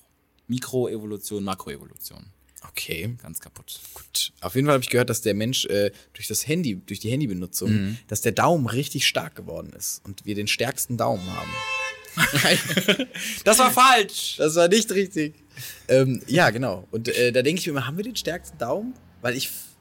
[SPEAKER 3] Mikroevolution, Makroevolution.
[SPEAKER 2] Okay,
[SPEAKER 3] Ganz kaputt.
[SPEAKER 2] gut. Auf jeden Fall habe ich gehört, dass der Mensch äh, durch das Handy, durch die Handybenutzung,
[SPEAKER 3] Mhm.
[SPEAKER 2] dass der Daumen richtig stark geworden ist und wir den stärksten Daumen haben.
[SPEAKER 3] Das war falsch!
[SPEAKER 2] <laughs>
[SPEAKER 3] <laughs>
[SPEAKER 2] Das war nicht richtig. ähm, ja, genau. Und äh, da denke ich mir immer, haben wir den stärksten Daumen? Weil ich. f-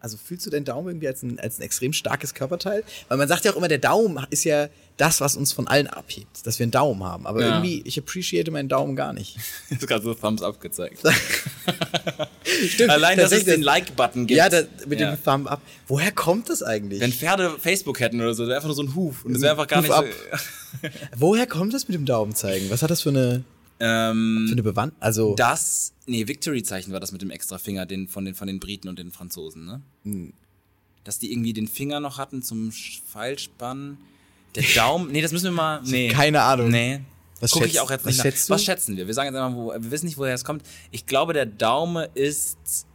[SPEAKER 2] Also fühlst du deinen Daumen irgendwie als ein, als ein extrem starkes Körperteil? Weil man sagt ja auch immer, der Daumen ist ja das, was uns von allen abhebt, dass wir einen Daumen haben. Aber
[SPEAKER 3] Ja.
[SPEAKER 2] irgendwie, ich appreciate meinen Daumen gar nicht.
[SPEAKER 3] Das ist gerade so Thumbs up gezeigt.
[SPEAKER 2] <laughs> Stimmt,
[SPEAKER 3] Allein, dass es
[SPEAKER 2] tatsächlich,
[SPEAKER 3] den Like-Button gibt.
[SPEAKER 2] Ja, da, mit
[SPEAKER 3] Ja.
[SPEAKER 2] dem Thumb up. Woher kommt das eigentlich?
[SPEAKER 3] Wenn Pferde Facebook hätten oder so, das wäre einfach nur so ein Huf. Und das wäre einfach gar
[SPEAKER 2] Huf
[SPEAKER 3] nicht
[SPEAKER 2] ab. <laughs> Woher kommt das mit dem Daumen zeigen? Was hat das für eine,
[SPEAKER 3] so. Ähm,
[SPEAKER 2] für eine Bewand? Also,
[SPEAKER 3] Das, nee, Victory-Zeichen war das mit dem extra Finger den, von, den, von den Briten und den Franzosen, ne?
[SPEAKER 2] Hm.
[SPEAKER 3] Dass die irgendwie den Finger noch hatten zum Sch- Pfeilspannen. Der Daumen, nee, das müssen
[SPEAKER 2] <laughs>
[SPEAKER 3] wir mal, nee.
[SPEAKER 2] keine Ahnung.
[SPEAKER 3] Nee.
[SPEAKER 2] Was
[SPEAKER 3] Guck ich
[SPEAKER 2] schätzt-
[SPEAKER 3] auch jetzt
[SPEAKER 2] was
[SPEAKER 3] nicht nach.
[SPEAKER 2] schätzt du?
[SPEAKER 3] Was schätzen wir? Wir sagen jetzt einfach, wo, wir wissen nicht, woher es kommt. Ich glaube, der Daume ist,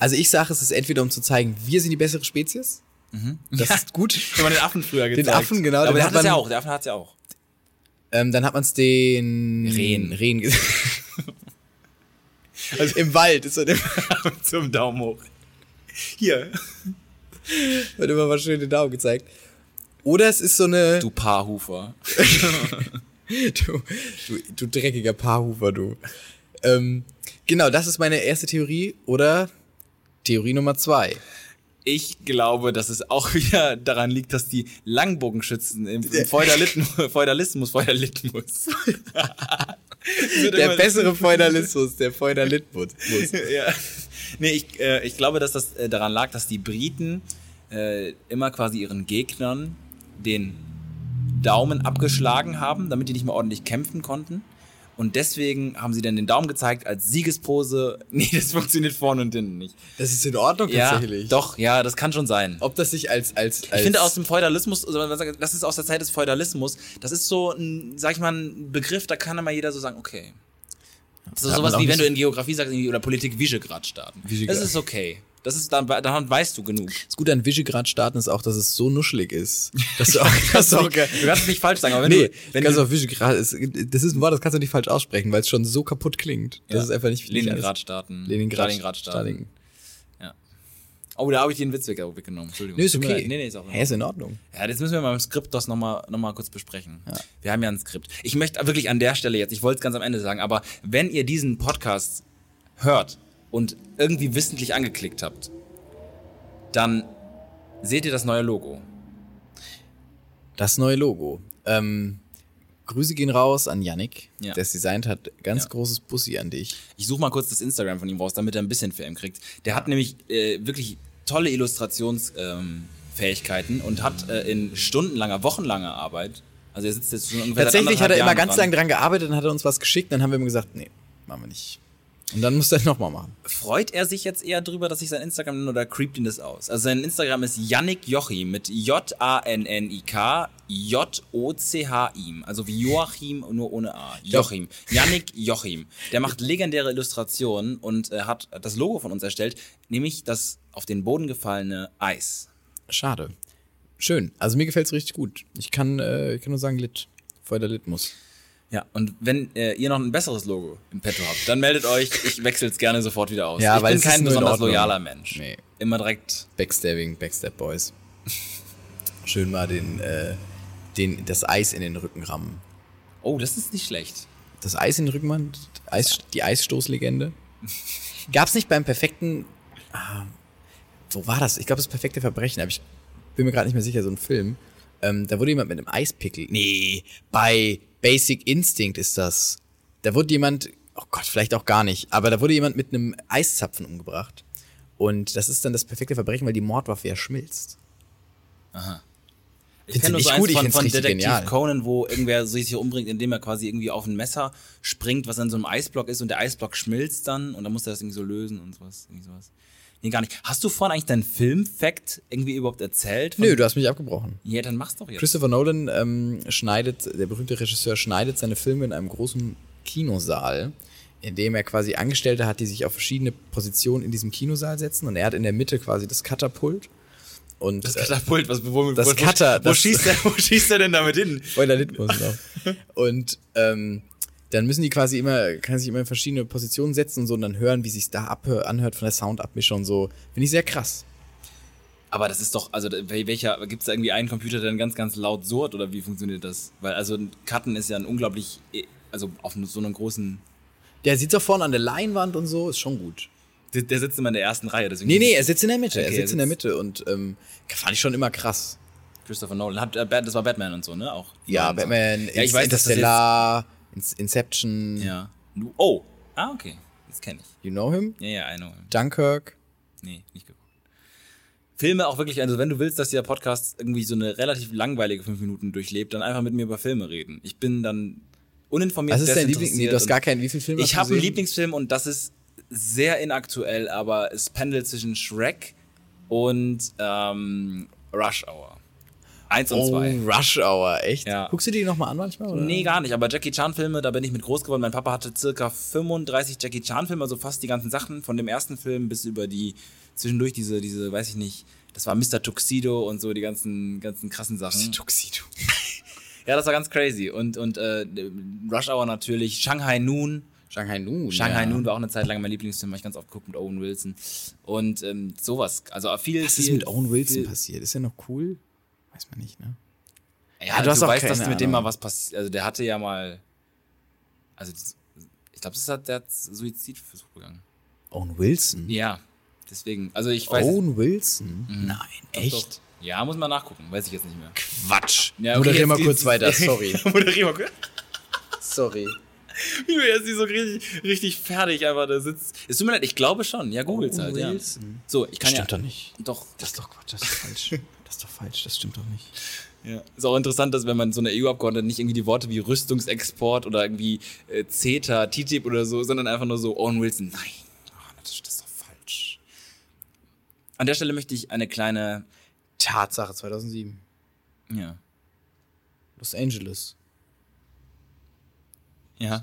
[SPEAKER 2] also ich sage, es ist entweder um zu zeigen, wir sind die bessere Spezies.
[SPEAKER 3] Mhm.
[SPEAKER 2] Das ist gut.
[SPEAKER 3] wenn man den Affen früher gezeigt.
[SPEAKER 2] Affen, genau, <laughs>
[SPEAKER 3] Aber
[SPEAKER 2] den
[SPEAKER 3] der
[SPEAKER 2] hat
[SPEAKER 3] hat es ja
[SPEAKER 2] man-
[SPEAKER 3] auch, der Affen hat es
[SPEAKER 2] <laughs>
[SPEAKER 3] ja auch.
[SPEAKER 2] Ähm, dann hat man es den
[SPEAKER 3] Rehen.
[SPEAKER 2] Rehen
[SPEAKER 3] <laughs>
[SPEAKER 2] gesagt. also im Wald ist halt immer,
[SPEAKER 3] Zum Daumen hoch. Hier.
[SPEAKER 2] wird immer mal schön den Daumen gezeigt. Oder es ist so eine.
[SPEAKER 3] Du Paarhufer.
[SPEAKER 2] du, du, du dreckiger Paarhufer, du. Ähm, genau, das ist meine erste Theorie. Oder Theorie Nummer zwei.
[SPEAKER 3] Ich glaube, dass es auch <laughs> wieder daran liegt, dass die Langbogenschützen im, im Feudalismus, <laughs> Feudalismus, <laughs> Feudalismus. Es wird
[SPEAKER 2] Der
[SPEAKER 3] immer-
[SPEAKER 2] bessere Feudalismus, der Feudalitmus.
[SPEAKER 3] ja. Nee, ich, äh, ich glaube, dass das äh, daran lag, dass die Briten äh, immer quasi ihren Gegnern den Daumen abgeschlagen haben, damit die nicht mehr ordentlich kämpfen konnten. Und deswegen haben sie dann den Daumen gezeigt als Siegespose. <laughs> Nee, das funktioniert vorne und hinten nicht.
[SPEAKER 2] Das ist in Ordnung
[SPEAKER 3] Ja,
[SPEAKER 2] tatsächlich.
[SPEAKER 3] doch, ja, das kann schon sein.
[SPEAKER 2] Ob das sich als, als, als
[SPEAKER 3] Ich finde aus dem Feudalismus, also man sagt, das ist aus der Zeit des Feudalismus, das ist so ein, sag ich mal, ein Begriff, da kann immer jeder so sagen, okay. Das ist
[SPEAKER 2] Da hat
[SPEAKER 3] sowas
[SPEAKER 2] man auch
[SPEAKER 3] wie wenn
[SPEAKER 2] nicht-
[SPEAKER 3] du in Geografie sagst irgendwie, oder Politik Visegrad-Staaten.
[SPEAKER 2] Visegrad.
[SPEAKER 3] Das ist okay. Das ist, dann, dann weißt
[SPEAKER 2] <laughs>
[SPEAKER 3] du genug.
[SPEAKER 2] das Gute an Visegrad-Staaten ist auch, dass es so nuschelig
[SPEAKER 3] <laughs>
[SPEAKER 2] ist. Dass du auch, dass du auch,
[SPEAKER 3] Du kannst es nicht falsch sagen, aber wenn
[SPEAKER 2] nee,
[SPEAKER 3] du.
[SPEAKER 2] wenn
[SPEAKER 3] Wenn
[SPEAKER 2] kannst
[SPEAKER 3] du
[SPEAKER 2] du auch Visegrad, ist, das ist ein Wort, das kannst du nicht falsch aussprechen, weil es schon so kaputt klingt. Das ist einfach nicht nicht alles-
[SPEAKER 3] Leningrad-Staaten.
[SPEAKER 2] Leningrad.
[SPEAKER 3] Stalingrad-Staaten.
[SPEAKER 2] Stalin.
[SPEAKER 3] Oh, da habe ich den Witz weg- weggenommen. Entschuldigung.
[SPEAKER 2] Nö, ist
[SPEAKER 3] Tut mir
[SPEAKER 2] okay.
[SPEAKER 3] leid. Nee, nee, ist auch in
[SPEAKER 2] Hä, ist in Ordnung.
[SPEAKER 3] Ja, das müssen wir mal im Skript das nochmal noch mal kurz besprechen. Wir haben ja ein Skript. Ich möchte wirklich an der Stelle jetzt, ich wollte es ganz am Ende sagen, aber wenn ihr diesen Podcast hört und irgendwie wissentlich angeklickt habt, dann seht ihr das neue Logo.
[SPEAKER 2] Das neue Logo. Ähm, Grüße gehen raus an Yannick,
[SPEAKER 3] Ja.
[SPEAKER 2] der es designt hat. Ganz
[SPEAKER 3] Ja.
[SPEAKER 2] großes Bussi an dich.
[SPEAKER 3] Ich suche mal kurz das Instagram von ihm raus, damit er ein bisschen Fame kriegt. Der hat nämlich äh, wirklich tolle Illustrationsfähigkeiten ähm, Fähigkeiten und hat äh, in stundenlanger, wochenlanger Arbeit, also er sitzt jetzt schon ungefähr seit
[SPEAKER 2] Tatsächlich hat er
[SPEAKER 3] anderthalb
[SPEAKER 2] immer
[SPEAKER 3] Jahren
[SPEAKER 2] ganz
[SPEAKER 3] dran.
[SPEAKER 2] lange dran gearbeitet und hat er uns was geschickt. Dann haben wir immer gesagt, nee, machen wir nicht. Und dann musste er <laughs> es nochmal machen.
[SPEAKER 3] freut er sich jetzt eher drüber, dass ich sein Instagram nenne oder creept ihn das aus? Also sein Instagram ist Yannick Jochi mit J-A-N-N-I-K J-O-C-H-I-M. Also wie Joachim, nur ohne A. Jochim. Yannick Jochim. Der macht legendäre Illustrationen und äh, hat das Logo von uns erstellt, nämlich das auf den Boden gefallene Eis.
[SPEAKER 2] Schade. Schön. Also mir gefällt es richtig gut. Ich kann, äh, ich kann nur sagen, Lit. Voll der Lit muss.
[SPEAKER 3] Ja, und wenn äh, ihr noch ein besseres Logo im Petto habt, dann meldet euch. Ich wechsel's gerne sofort wieder aus.
[SPEAKER 2] Ja,
[SPEAKER 3] ich
[SPEAKER 2] weil
[SPEAKER 3] bin
[SPEAKER 2] es ist
[SPEAKER 3] kein
[SPEAKER 2] nur in
[SPEAKER 3] besonders
[SPEAKER 2] Ordnung.
[SPEAKER 3] loyaler Mensch.
[SPEAKER 2] Nee.
[SPEAKER 3] Immer direkt
[SPEAKER 2] Backstabbing, Backstab Boys. <laughs> Schön mal den, äh, den, das Eis in den Rücken rammen.
[SPEAKER 3] Oh, das ist nicht schlecht.
[SPEAKER 2] Das Eis in den Rücken rammen? Eis, die Eisstoßlegende? Gab's nicht beim perfekten. Ah, wo war das? Ich glaube, das perfekte Verbrechen, aber ich bin mir gerade nicht mehr sicher, so ein Film. Ähm, da wurde jemand mit einem Eispickel. Nee, bei Basic Instinct ist das. Da wurde jemand. Oh Gott, vielleicht auch gar nicht. Aber da wurde jemand mit einem Eiszapfen umgebracht. Und das ist dann das perfekte Verbrechen, weil die Mordwaffe ja schmilzt.
[SPEAKER 3] Ich
[SPEAKER 2] Find's
[SPEAKER 3] kenne nur so
[SPEAKER 2] nicht
[SPEAKER 3] eins
[SPEAKER 2] gut, ich
[SPEAKER 3] von,
[SPEAKER 2] find's
[SPEAKER 3] von
[SPEAKER 2] richtig
[SPEAKER 3] Detektiv
[SPEAKER 2] genial.
[SPEAKER 3] Conan, wo irgendwer sich hier umbringt, indem er quasi irgendwie auf ein Messer springt, was an so einem Eisblock ist und der Eisblock schmilzt dann und dann muss er das irgendwie so lösen und sowas. Irgendwie sowas. Nee, gar nicht. Hast du vorhin eigentlich deinen Film-Fact irgendwie überhaupt erzählt? Von-
[SPEAKER 2] Nö, du hast mich abgebrochen.
[SPEAKER 3] Ja, dann mach's doch jetzt.
[SPEAKER 2] Christopher Nolan ähm, schneidet, der berühmte Regisseur schneidet seine Filme in einem großen Kinosaal, in dem er quasi Angestellte hat, die sich auf verschiedene Positionen in diesem Kinosaal setzen und er hat in der Mitte quasi das Cutterpult und äh,
[SPEAKER 3] das Katapult, was wo,
[SPEAKER 2] Das
[SPEAKER 3] wo,
[SPEAKER 2] Cutter,
[SPEAKER 3] Wo,
[SPEAKER 2] das- <laughs>
[SPEAKER 3] schießt er, wo schießt er denn damit hin?
[SPEAKER 2] Spoiler Litmus
[SPEAKER 3] <laughs>
[SPEAKER 2] noch. Und ähm, dann müssen die quasi immer, kann sich immer in verschiedene Positionen setzen und so und dann hören, wie sich's da abhö- anhört von der Soundabmischung und so. Finde ich sehr krass.
[SPEAKER 3] Aber das ist doch, also da- wel- welcher, gibt's da irgendwie einen Computer, der dann ganz, ganz laut surrt oder wie funktioniert das? Weil also Cutten ist ja ein unglaublich, eh- also auf so einem großen,
[SPEAKER 2] Der sitzt auch vorne an der Leinwand und so, ist schon gut.
[SPEAKER 3] der, der sitzt immer in der ersten Reihe. Deswegen
[SPEAKER 2] Nee, nee, er sitzt in der Mitte. er
[SPEAKER 3] Okay,
[SPEAKER 2] sitzt in
[SPEAKER 3] er
[SPEAKER 2] der
[SPEAKER 3] sitzt-
[SPEAKER 2] Mitte und ähm, fand ich schon immer krass.
[SPEAKER 3] Christopher Nolan. Hat, äh, Bat- das war Batman und so, ne? Auch.
[SPEAKER 2] Ja,
[SPEAKER 3] Und so.
[SPEAKER 2] Batman,
[SPEAKER 3] Ja, ich weiß, dass das jetzt,
[SPEAKER 2] Interstellar, In- Inception,
[SPEAKER 3] ja. Nu- Oh, ah, okay. Das kenne ich.
[SPEAKER 2] you know him?
[SPEAKER 3] Ja, ja, I know.
[SPEAKER 2] Dunkirk.
[SPEAKER 3] Nee, nicht geguckt. Filme auch wirklich, also wenn du willst, dass dieser Podcast irgendwie so eine relativ langweilige fünf Minuten durchlebt, dann einfach mit mir über Filme reden. Ich bin dann uninformiert.
[SPEAKER 2] Was ist dein Lieblings? Nee,
[SPEAKER 3] desinteressiert
[SPEAKER 2] du hast
[SPEAKER 3] und-
[SPEAKER 2] gar keinen. Wie viele Filme hast
[SPEAKER 3] Ich
[SPEAKER 2] du
[SPEAKER 3] habe einen
[SPEAKER 2] gesehen?
[SPEAKER 3] Lieblingsfilm und das ist sehr inaktuell, aber es pendelt zwischen Shrek und ähm, Rush Hour. Eins und zwei.
[SPEAKER 2] Oh, Rush Hour, echt?
[SPEAKER 3] Ja.
[SPEAKER 2] Guckst du die nochmal an manchmal? Oder?
[SPEAKER 3] Nee, gar nicht. Aber Jackie Chan-Filme, da bin ich mit groß geworden. Mein Papa hatte circa 35 Jackie Chan-Filme, also fast die ganzen Sachen, von dem ersten Film bis über die zwischendurch diese, diese, weiß ich nicht, das war Mr. Tuxedo und so die ganzen, ganzen krassen Sachen.
[SPEAKER 2] Tuxedo.
[SPEAKER 3] Ja, das war ganz crazy. Und, und äh, Rush Hour natürlich, Shanghai Noon.
[SPEAKER 2] Shanghai Noon.
[SPEAKER 3] Shanghai
[SPEAKER 2] ja.
[SPEAKER 3] Noon war auch eine Zeit lang mein Lieblingsfilm, weil ich ganz oft geguckt mit Owen Wilson. Und ähm, sowas. Also viel.
[SPEAKER 2] Was ist
[SPEAKER 3] viel,
[SPEAKER 2] mit Owen Wilson
[SPEAKER 3] viel-
[SPEAKER 2] passiert? Ist er noch cool? Weiß man nicht, ne?
[SPEAKER 3] Ja,
[SPEAKER 2] Ah,
[SPEAKER 3] du, hast auch weißt, dass
[SPEAKER 2] keine
[SPEAKER 3] mit dem mal
[SPEAKER 2] Ahnung.
[SPEAKER 3] was passiert. Also der hatte ja mal. Also das- ich glaube, das hat der hat Suizidversuch begangen.
[SPEAKER 2] Owen Wilson?
[SPEAKER 3] Ja, deswegen. Also ich weiß. Mhm.
[SPEAKER 2] Owen Wilson? Nein,
[SPEAKER 3] Doch.
[SPEAKER 2] echt?
[SPEAKER 3] Ja, muss man nachgucken. Weiß ich jetzt nicht <laughs> mehr.
[SPEAKER 2] Quatsch.
[SPEAKER 3] Ja, okay,
[SPEAKER 2] Moderier
[SPEAKER 3] jetzt-
[SPEAKER 2] mal kurz <laughs>
[SPEAKER 3] jetzt-
[SPEAKER 2] weiter, sorry.
[SPEAKER 3] Moderier mal kurz.
[SPEAKER 2] sorry.
[SPEAKER 3] Wie du jetzt die so richtig, richtig fertig einfach da sitzt. Es tut mir leid, ich glaube schon. Ja, googles halt. Ja.
[SPEAKER 2] Wilson.
[SPEAKER 3] So, ich kann
[SPEAKER 2] Stimmt
[SPEAKER 3] ja.
[SPEAKER 2] doch nicht.
[SPEAKER 3] Doch.
[SPEAKER 2] Das ist doch Quatsch, das ist
[SPEAKER 3] <laughs>
[SPEAKER 2] falsch. Das ist doch falsch, das stimmt doch nicht.
[SPEAKER 3] Ja. Ist auch interessant, dass wenn man so eine EU-Abgeordnete nicht irgendwie die Worte wie Rüstungsexport oder irgendwie äh, CETA, TTIP oder so, sondern einfach nur so Owen Wilson. Nein, Ah, das, ist- das ist doch falsch. An der Stelle möchte ich eine kleine.
[SPEAKER 2] Tatsache 2007.
[SPEAKER 3] Ja.
[SPEAKER 2] Los Angeles.
[SPEAKER 3] Ja.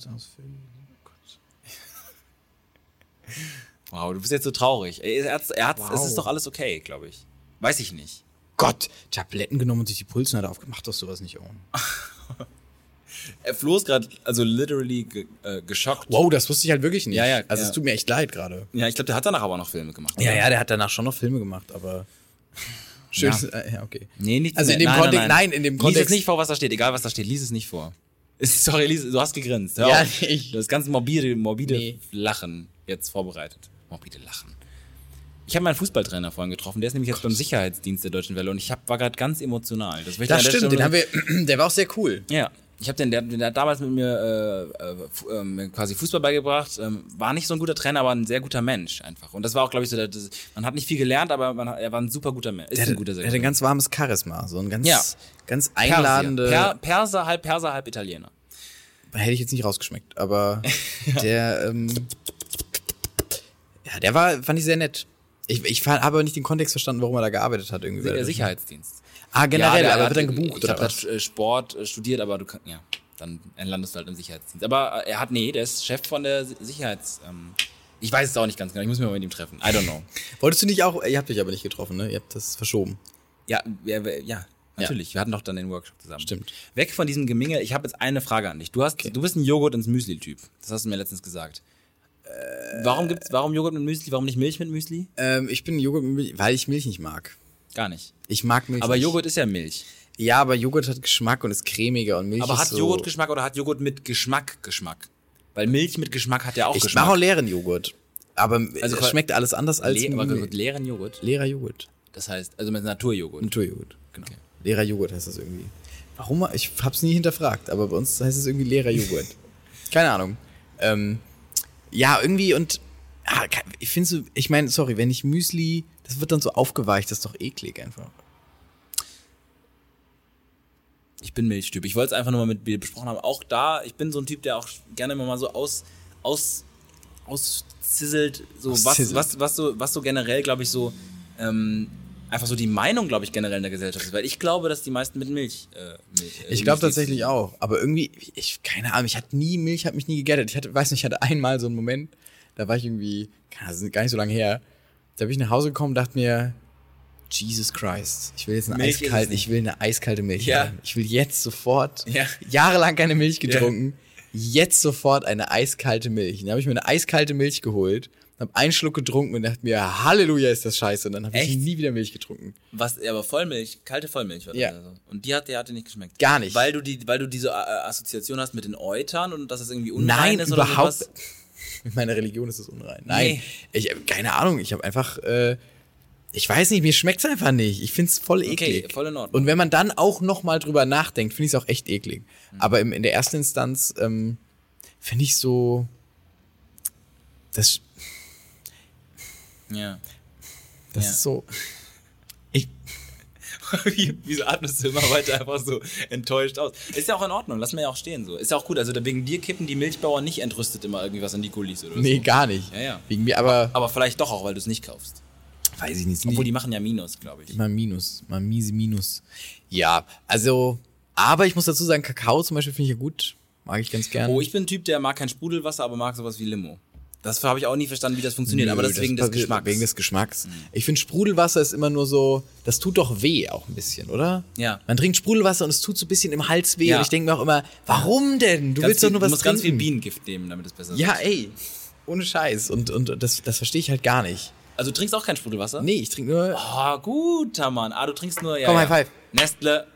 [SPEAKER 3] Wow, du bist jetzt so traurig. Ey, Er hat's, er hat's,
[SPEAKER 2] Wow.
[SPEAKER 3] Es ist doch alles okay, glaube ich. Weiß ich nicht.
[SPEAKER 2] Gott, Tabletten genommen und sich die Pulsen hat aufgemacht, doch sowas nicht Owen.
[SPEAKER 3] Äh, Flo ist gerade also literally ge äh, geschockt.
[SPEAKER 2] Wow, das wusste ich halt wirklich nicht.
[SPEAKER 3] Ja, ja,
[SPEAKER 2] Also
[SPEAKER 3] ja.
[SPEAKER 2] es tut mir echt leid gerade.
[SPEAKER 3] Ja, ich glaube, der hat danach aber noch Filme gemacht.
[SPEAKER 2] Ja, ja, der hat danach schon noch Filme gemacht, aber <laughs> schön. äh, Ja, ja okay.
[SPEAKER 3] Nee, nicht
[SPEAKER 2] Also in dem Kontext, nein, in dem
[SPEAKER 3] Lies
[SPEAKER 2] Kontext
[SPEAKER 3] es nicht vor, was da steht, egal was da steht, lies es nicht
[SPEAKER 2] <laughs>
[SPEAKER 3] vor. Sorry, lies, du hast gegrinst. Hör
[SPEAKER 2] Ja, <laughs>
[SPEAKER 3] auf.
[SPEAKER 2] ich-
[SPEAKER 3] Das ganz morbide, morbide
[SPEAKER 2] Nee.
[SPEAKER 3] Lachen jetzt vorbereitet. Morbide Lachen. Ich habe meinen Fußballtrainer vorhin getroffen, der ist nämlich jetzt beim Sicherheitsdienst der Deutschen Welle und ich hab, war gerade ganz emotional. Das, möchte ich
[SPEAKER 2] Das
[SPEAKER 3] an der
[SPEAKER 2] stimmt,
[SPEAKER 3] Stelle-
[SPEAKER 2] den haben wir, <clears throat> der war auch sehr cool.
[SPEAKER 3] Ja. Ich habe den, der, der hat damals mit mir äh, äh, fu- ähm, mir quasi Fußball beigebracht. Ähm, war nicht so ein guter Trainer, aber ein sehr guter Mensch einfach. Und das war auch, glaube ich, so, der, das, man hat nicht viel gelernt, aber man, hat- er war ein super guter Mensch. Ist
[SPEAKER 2] Der
[SPEAKER 3] ein
[SPEAKER 2] hat,
[SPEAKER 3] guter
[SPEAKER 2] der
[SPEAKER 3] sehr
[SPEAKER 2] hat
[SPEAKER 3] guter
[SPEAKER 2] ein ganz warmes Charisma, so ein ganz,
[SPEAKER 3] Ja.
[SPEAKER 2] ganz
[SPEAKER 3] Persier.
[SPEAKER 2] einladende.
[SPEAKER 3] Per, Perser, halb Perser, halb Italiener.
[SPEAKER 2] Hätte ich jetzt nicht rausgeschmeckt, <laughs> aber der, ähm, ja, der war, fand ich sehr nett. Ich, ich fa- habe aber nicht den Kontext verstanden, warum er da gearbeitet hat irgendwie.
[SPEAKER 3] Der Sicherheitsdienst.
[SPEAKER 2] Ah, generell,
[SPEAKER 3] der
[SPEAKER 2] aber
[SPEAKER 3] hat-
[SPEAKER 2] wird dann gebucht
[SPEAKER 3] Ich
[SPEAKER 2] oder
[SPEAKER 3] habe
[SPEAKER 2] was?
[SPEAKER 3] äh, Sport äh, studiert, aber du kannst, ja, dann landest du halt im Sicherheitsdienst. Aber äh, er hat, nee, der ist Chef von der Si- Sicherheits... Ähm, ich weiß es auch nicht ganz genau, ich muss mich mal mit ihm treffen. I don't know.
[SPEAKER 2] Wolltest du nicht auch, ihr habt euch aber nicht getroffen, ne? Ihr habt das verschoben.
[SPEAKER 3] <laughs> Ja, wer- wer- ja, natürlich. Wir hatten doch dann den Workshop zusammen.
[SPEAKER 2] Stimmt.
[SPEAKER 3] Weg von diesem Gemingel. Ich habe jetzt eine Frage an dich. Du, hast, du bist ein Joghurt ins Müsli-Typ. Das hast du mir letztens gesagt. Äh, warum gibt's, warum Joghurt mit Müsli? Warum nicht Milch mit Müsli?
[SPEAKER 2] Ähm, ich bin Joghurt, mit Milch- weil ich Milch nicht mag.
[SPEAKER 3] Gar nicht.
[SPEAKER 2] Ich mag Milch
[SPEAKER 3] Aber
[SPEAKER 2] nicht.
[SPEAKER 3] Joghurt ist ja Milch.
[SPEAKER 2] Ja, aber Joghurt hat Geschmack und ist cremiger und Milch
[SPEAKER 3] Aber
[SPEAKER 2] ist
[SPEAKER 3] hat
[SPEAKER 2] so
[SPEAKER 3] Joghurt Geschmack oder hat Joghurt mit Geschmack Geschmack? Weil Milch mit Geschmack hat ja auch
[SPEAKER 2] Ich mache auch
[SPEAKER 3] Geschmack.
[SPEAKER 2] leeren Joghurt. Aber also, es
[SPEAKER 3] quasi-
[SPEAKER 2] schmeckt alles anders als
[SPEAKER 3] Le
[SPEAKER 2] mit
[SPEAKER 3] aber
[SPEAKER 2] Milch.
[SPEAKER 3] mit leeren Joghurt.
[SPEAKER 2] leerer Joghurt.
[SPEAKER 3] Das heißt, also mit Naturjoghurt.
[SPEAKER 2] Naturjoghurt.
[SPEAKER 3] Genau.
[SPEAKER 2] Leerer Joghurt heißt das irgendwie. Warum? Ich hab's nie hinterfragt, aber bei uns heißt es irgendwie leerer Joghurt. <laughs> Keine Ahnung. Ähm, ja, irgendwie und ah, ke- ich finde so, ich meine, sorry, wenn ich Müsli, das wird dann so aufgeweicht, das ist doch eklig einfach.
[SPEAKER 3] Ich bin Milchtyp. Ich wollte es einfach nur mal mit dir besprochen haben. Auch da, ich bin so ein Typ, der auch gerne immer mal so aus, aus, auszizzelt, so was,
[SPEAKER 2] Auszizzelt.
[SPEAKER 3] was, was so, was so generell, glaube ich, so, ähm, einfach so die Meinung, glaube ich, generell in der Gesellschaft ist. Weil ich glaube, dass die meisten mit Milch, äh, Milch äh,
[SPEAKER 2] Ich glaube
[SPEAKER 3] Müsli-
[SPEAKER 2] tatsächlich auch, aber irgendwie, ich, keine Ahnung, ich hatte nie Milch, hat mich nie gegettet. Ich hatte, weiß nicht, ich hatte einmal so einen Moment, da war ich irgendwie, keine Ahnung, das ist gar nicht so lange her, da bin ich nach Hause gekommen und dachte mir, Jesus Christ, ich will jetzt eine
[SPEAKER 3] Milch ist es
[SPEAKER 2] eiskalte,
[SPEAKER 3] nicht.
[SPEAKER 2] ich will eine eiskalte Milch
[SPEAKER 3] Ja.
[SPEAKER 2] haben. Ich will jetzt sofort,
[SPEAKER 3] Ja.
[SPEAKER 2] jahrelang keine Milch getrunken, jetzt sofort eine eiskalte Milch. Und Dann habe ich mir eine eiskalte Milch geholt, habe einen Schluck getrunken und dachte mir, Halleluja, ist das scheiße. Und dann habe ich
[SPEAKER 3] Echt?
[SPEAKER 2] nie wieder Milch getrunken.
[SPEAKER 3] Was, ja, aber Vollmilch, kalte Vollmilch war das.
[SPEAKER 2] Ja.
[SPEAKER 3] Also. Und die hat, die hat dir nicht geschmeckt.
[SPEAKER 2] Gar nicht.
[SPEAKER 3] Weil du, die, weil du diese äh, Assoziation hast mit den Eutern und dass es irgendwie unrein
[SPEAKER 2] Nein,
[SPEAKER 3] ist oder
[SPEAKER 2] überhaupt.
[SPEAKER 3] sowas.
[SPEAKER 2] <laughs> Mit meiner Religion ist es unrein. Nein,
[SPEAKER 3] Nee.
[SPEAKER 2] ich habe keine Ahnung. Ich habe einfach, äh, ich weiß nicht, mir schmeckt's einfach nicht. Ich find's voll eklig.
[SPEAKER 3] voll in Ordnung.
[SPEAKER 2] Und wenn man dann auch noch mal drüber nachdenkt, finde ich's auch echt eklig.
[SPEAKER 3] Mhm.
[SPEAKER 2] Aber im, in der ersten Instanz ähm, finde ich so, das,
[SPEAKER 3] Ja.
[SPEAKER 2] das
[SPEAKER 3] Ja.
[SPEAKER 2] ist so. Ich,
[SPEAKER 3] <laughs> Wie- Wieso atmest du immer weiter einfach so enttäuscht aus? Ist ja auch in Ordnung, lass mir ja auch stehen so. Ist ja auch gut, also da- wegen dir kippen die Milchbauern nicht entrüstet immer irgendwie was an die Gullis oder
[SPEAKER 2] nee,
[SPEAKER 3] so.
[SPEAKER 2] gar nicht.
[SPEAKER 3] Ja, ja.
[SPEAKER 2] Wegen mir, aber,
[SPEAKER 3] Aber vielleicht doch auch, weil du es nicht kaufst.
[SPEAKER 2] weiß ich nicht.
[SPEAKER 3] Obwohl, die machen ja Minus, glaube
[SPEAKER 2] <laughs>
[SPEAKER 3] ich.
[SPEAKER 2] Mal Minus, mal miese Minus. Ja, also, aber ich muss dazu sagen, Kakao zum Beispiel finde ich ja gut. Mag ich ganz gerne.
[SPEAKER 3] Oh, ich bin ein Typ, der mag kein Sprudelwasser, aber mag sowas wie Limo. Das habe ich auch nie verstanden, wie das funktioniert,
[SPEAKER 2] Nö,
[SPEAKER 3] aber das ist wegen des
[SPEAKER 2] passiert-
[SPEAKER 3] Geschmacks. Mhm.
[SPEAKER 2] Wegen des Geschmacks. Ich finde, Sprudelwasser ist immer nur so, das tut doch weh auch ein bisschen, oder?
[SPEAKER 3] Ja.
[SPEAKER 2] Man trinkt Sprudelwasser und es tut so ein bisschen im Hals weh.
[SPEAKER 3] Ja.
[SPEAKER 2] Und ich denke mir auch immer, warum denn? Du
[SPEAKER 3] Ganz
[SPEAKER 2] willst doch
[SPEAKER 3] viel-
[SPEAKER 2] nur was
[SPEAKER 3] Du musst
[SPEAKER 2] trinken.
[SPEAKER 3] ganz viel Bienengift nehmen, damit es besser
[SPEAKER 2] Ja,
[SPEAKER 3] wird.
[SPEAKER 2] ey. Ohne Scheiß. Und, und das, das verstehe ich halt gar nicht.
[SPEAKER 3] Also du trinkst auch kein Sprudelwasser?
[SPEAKER 2] Nee, ich trinke nur.
[SPEAKER 3] Ah, guter Mann. Ah, du trinkst nur... Ja,
[SPEAKER 2] Komm,
[SPEAKER 3] ja.
[SPEAKER 2] High Five.
[SPEAKER 3] Nestle.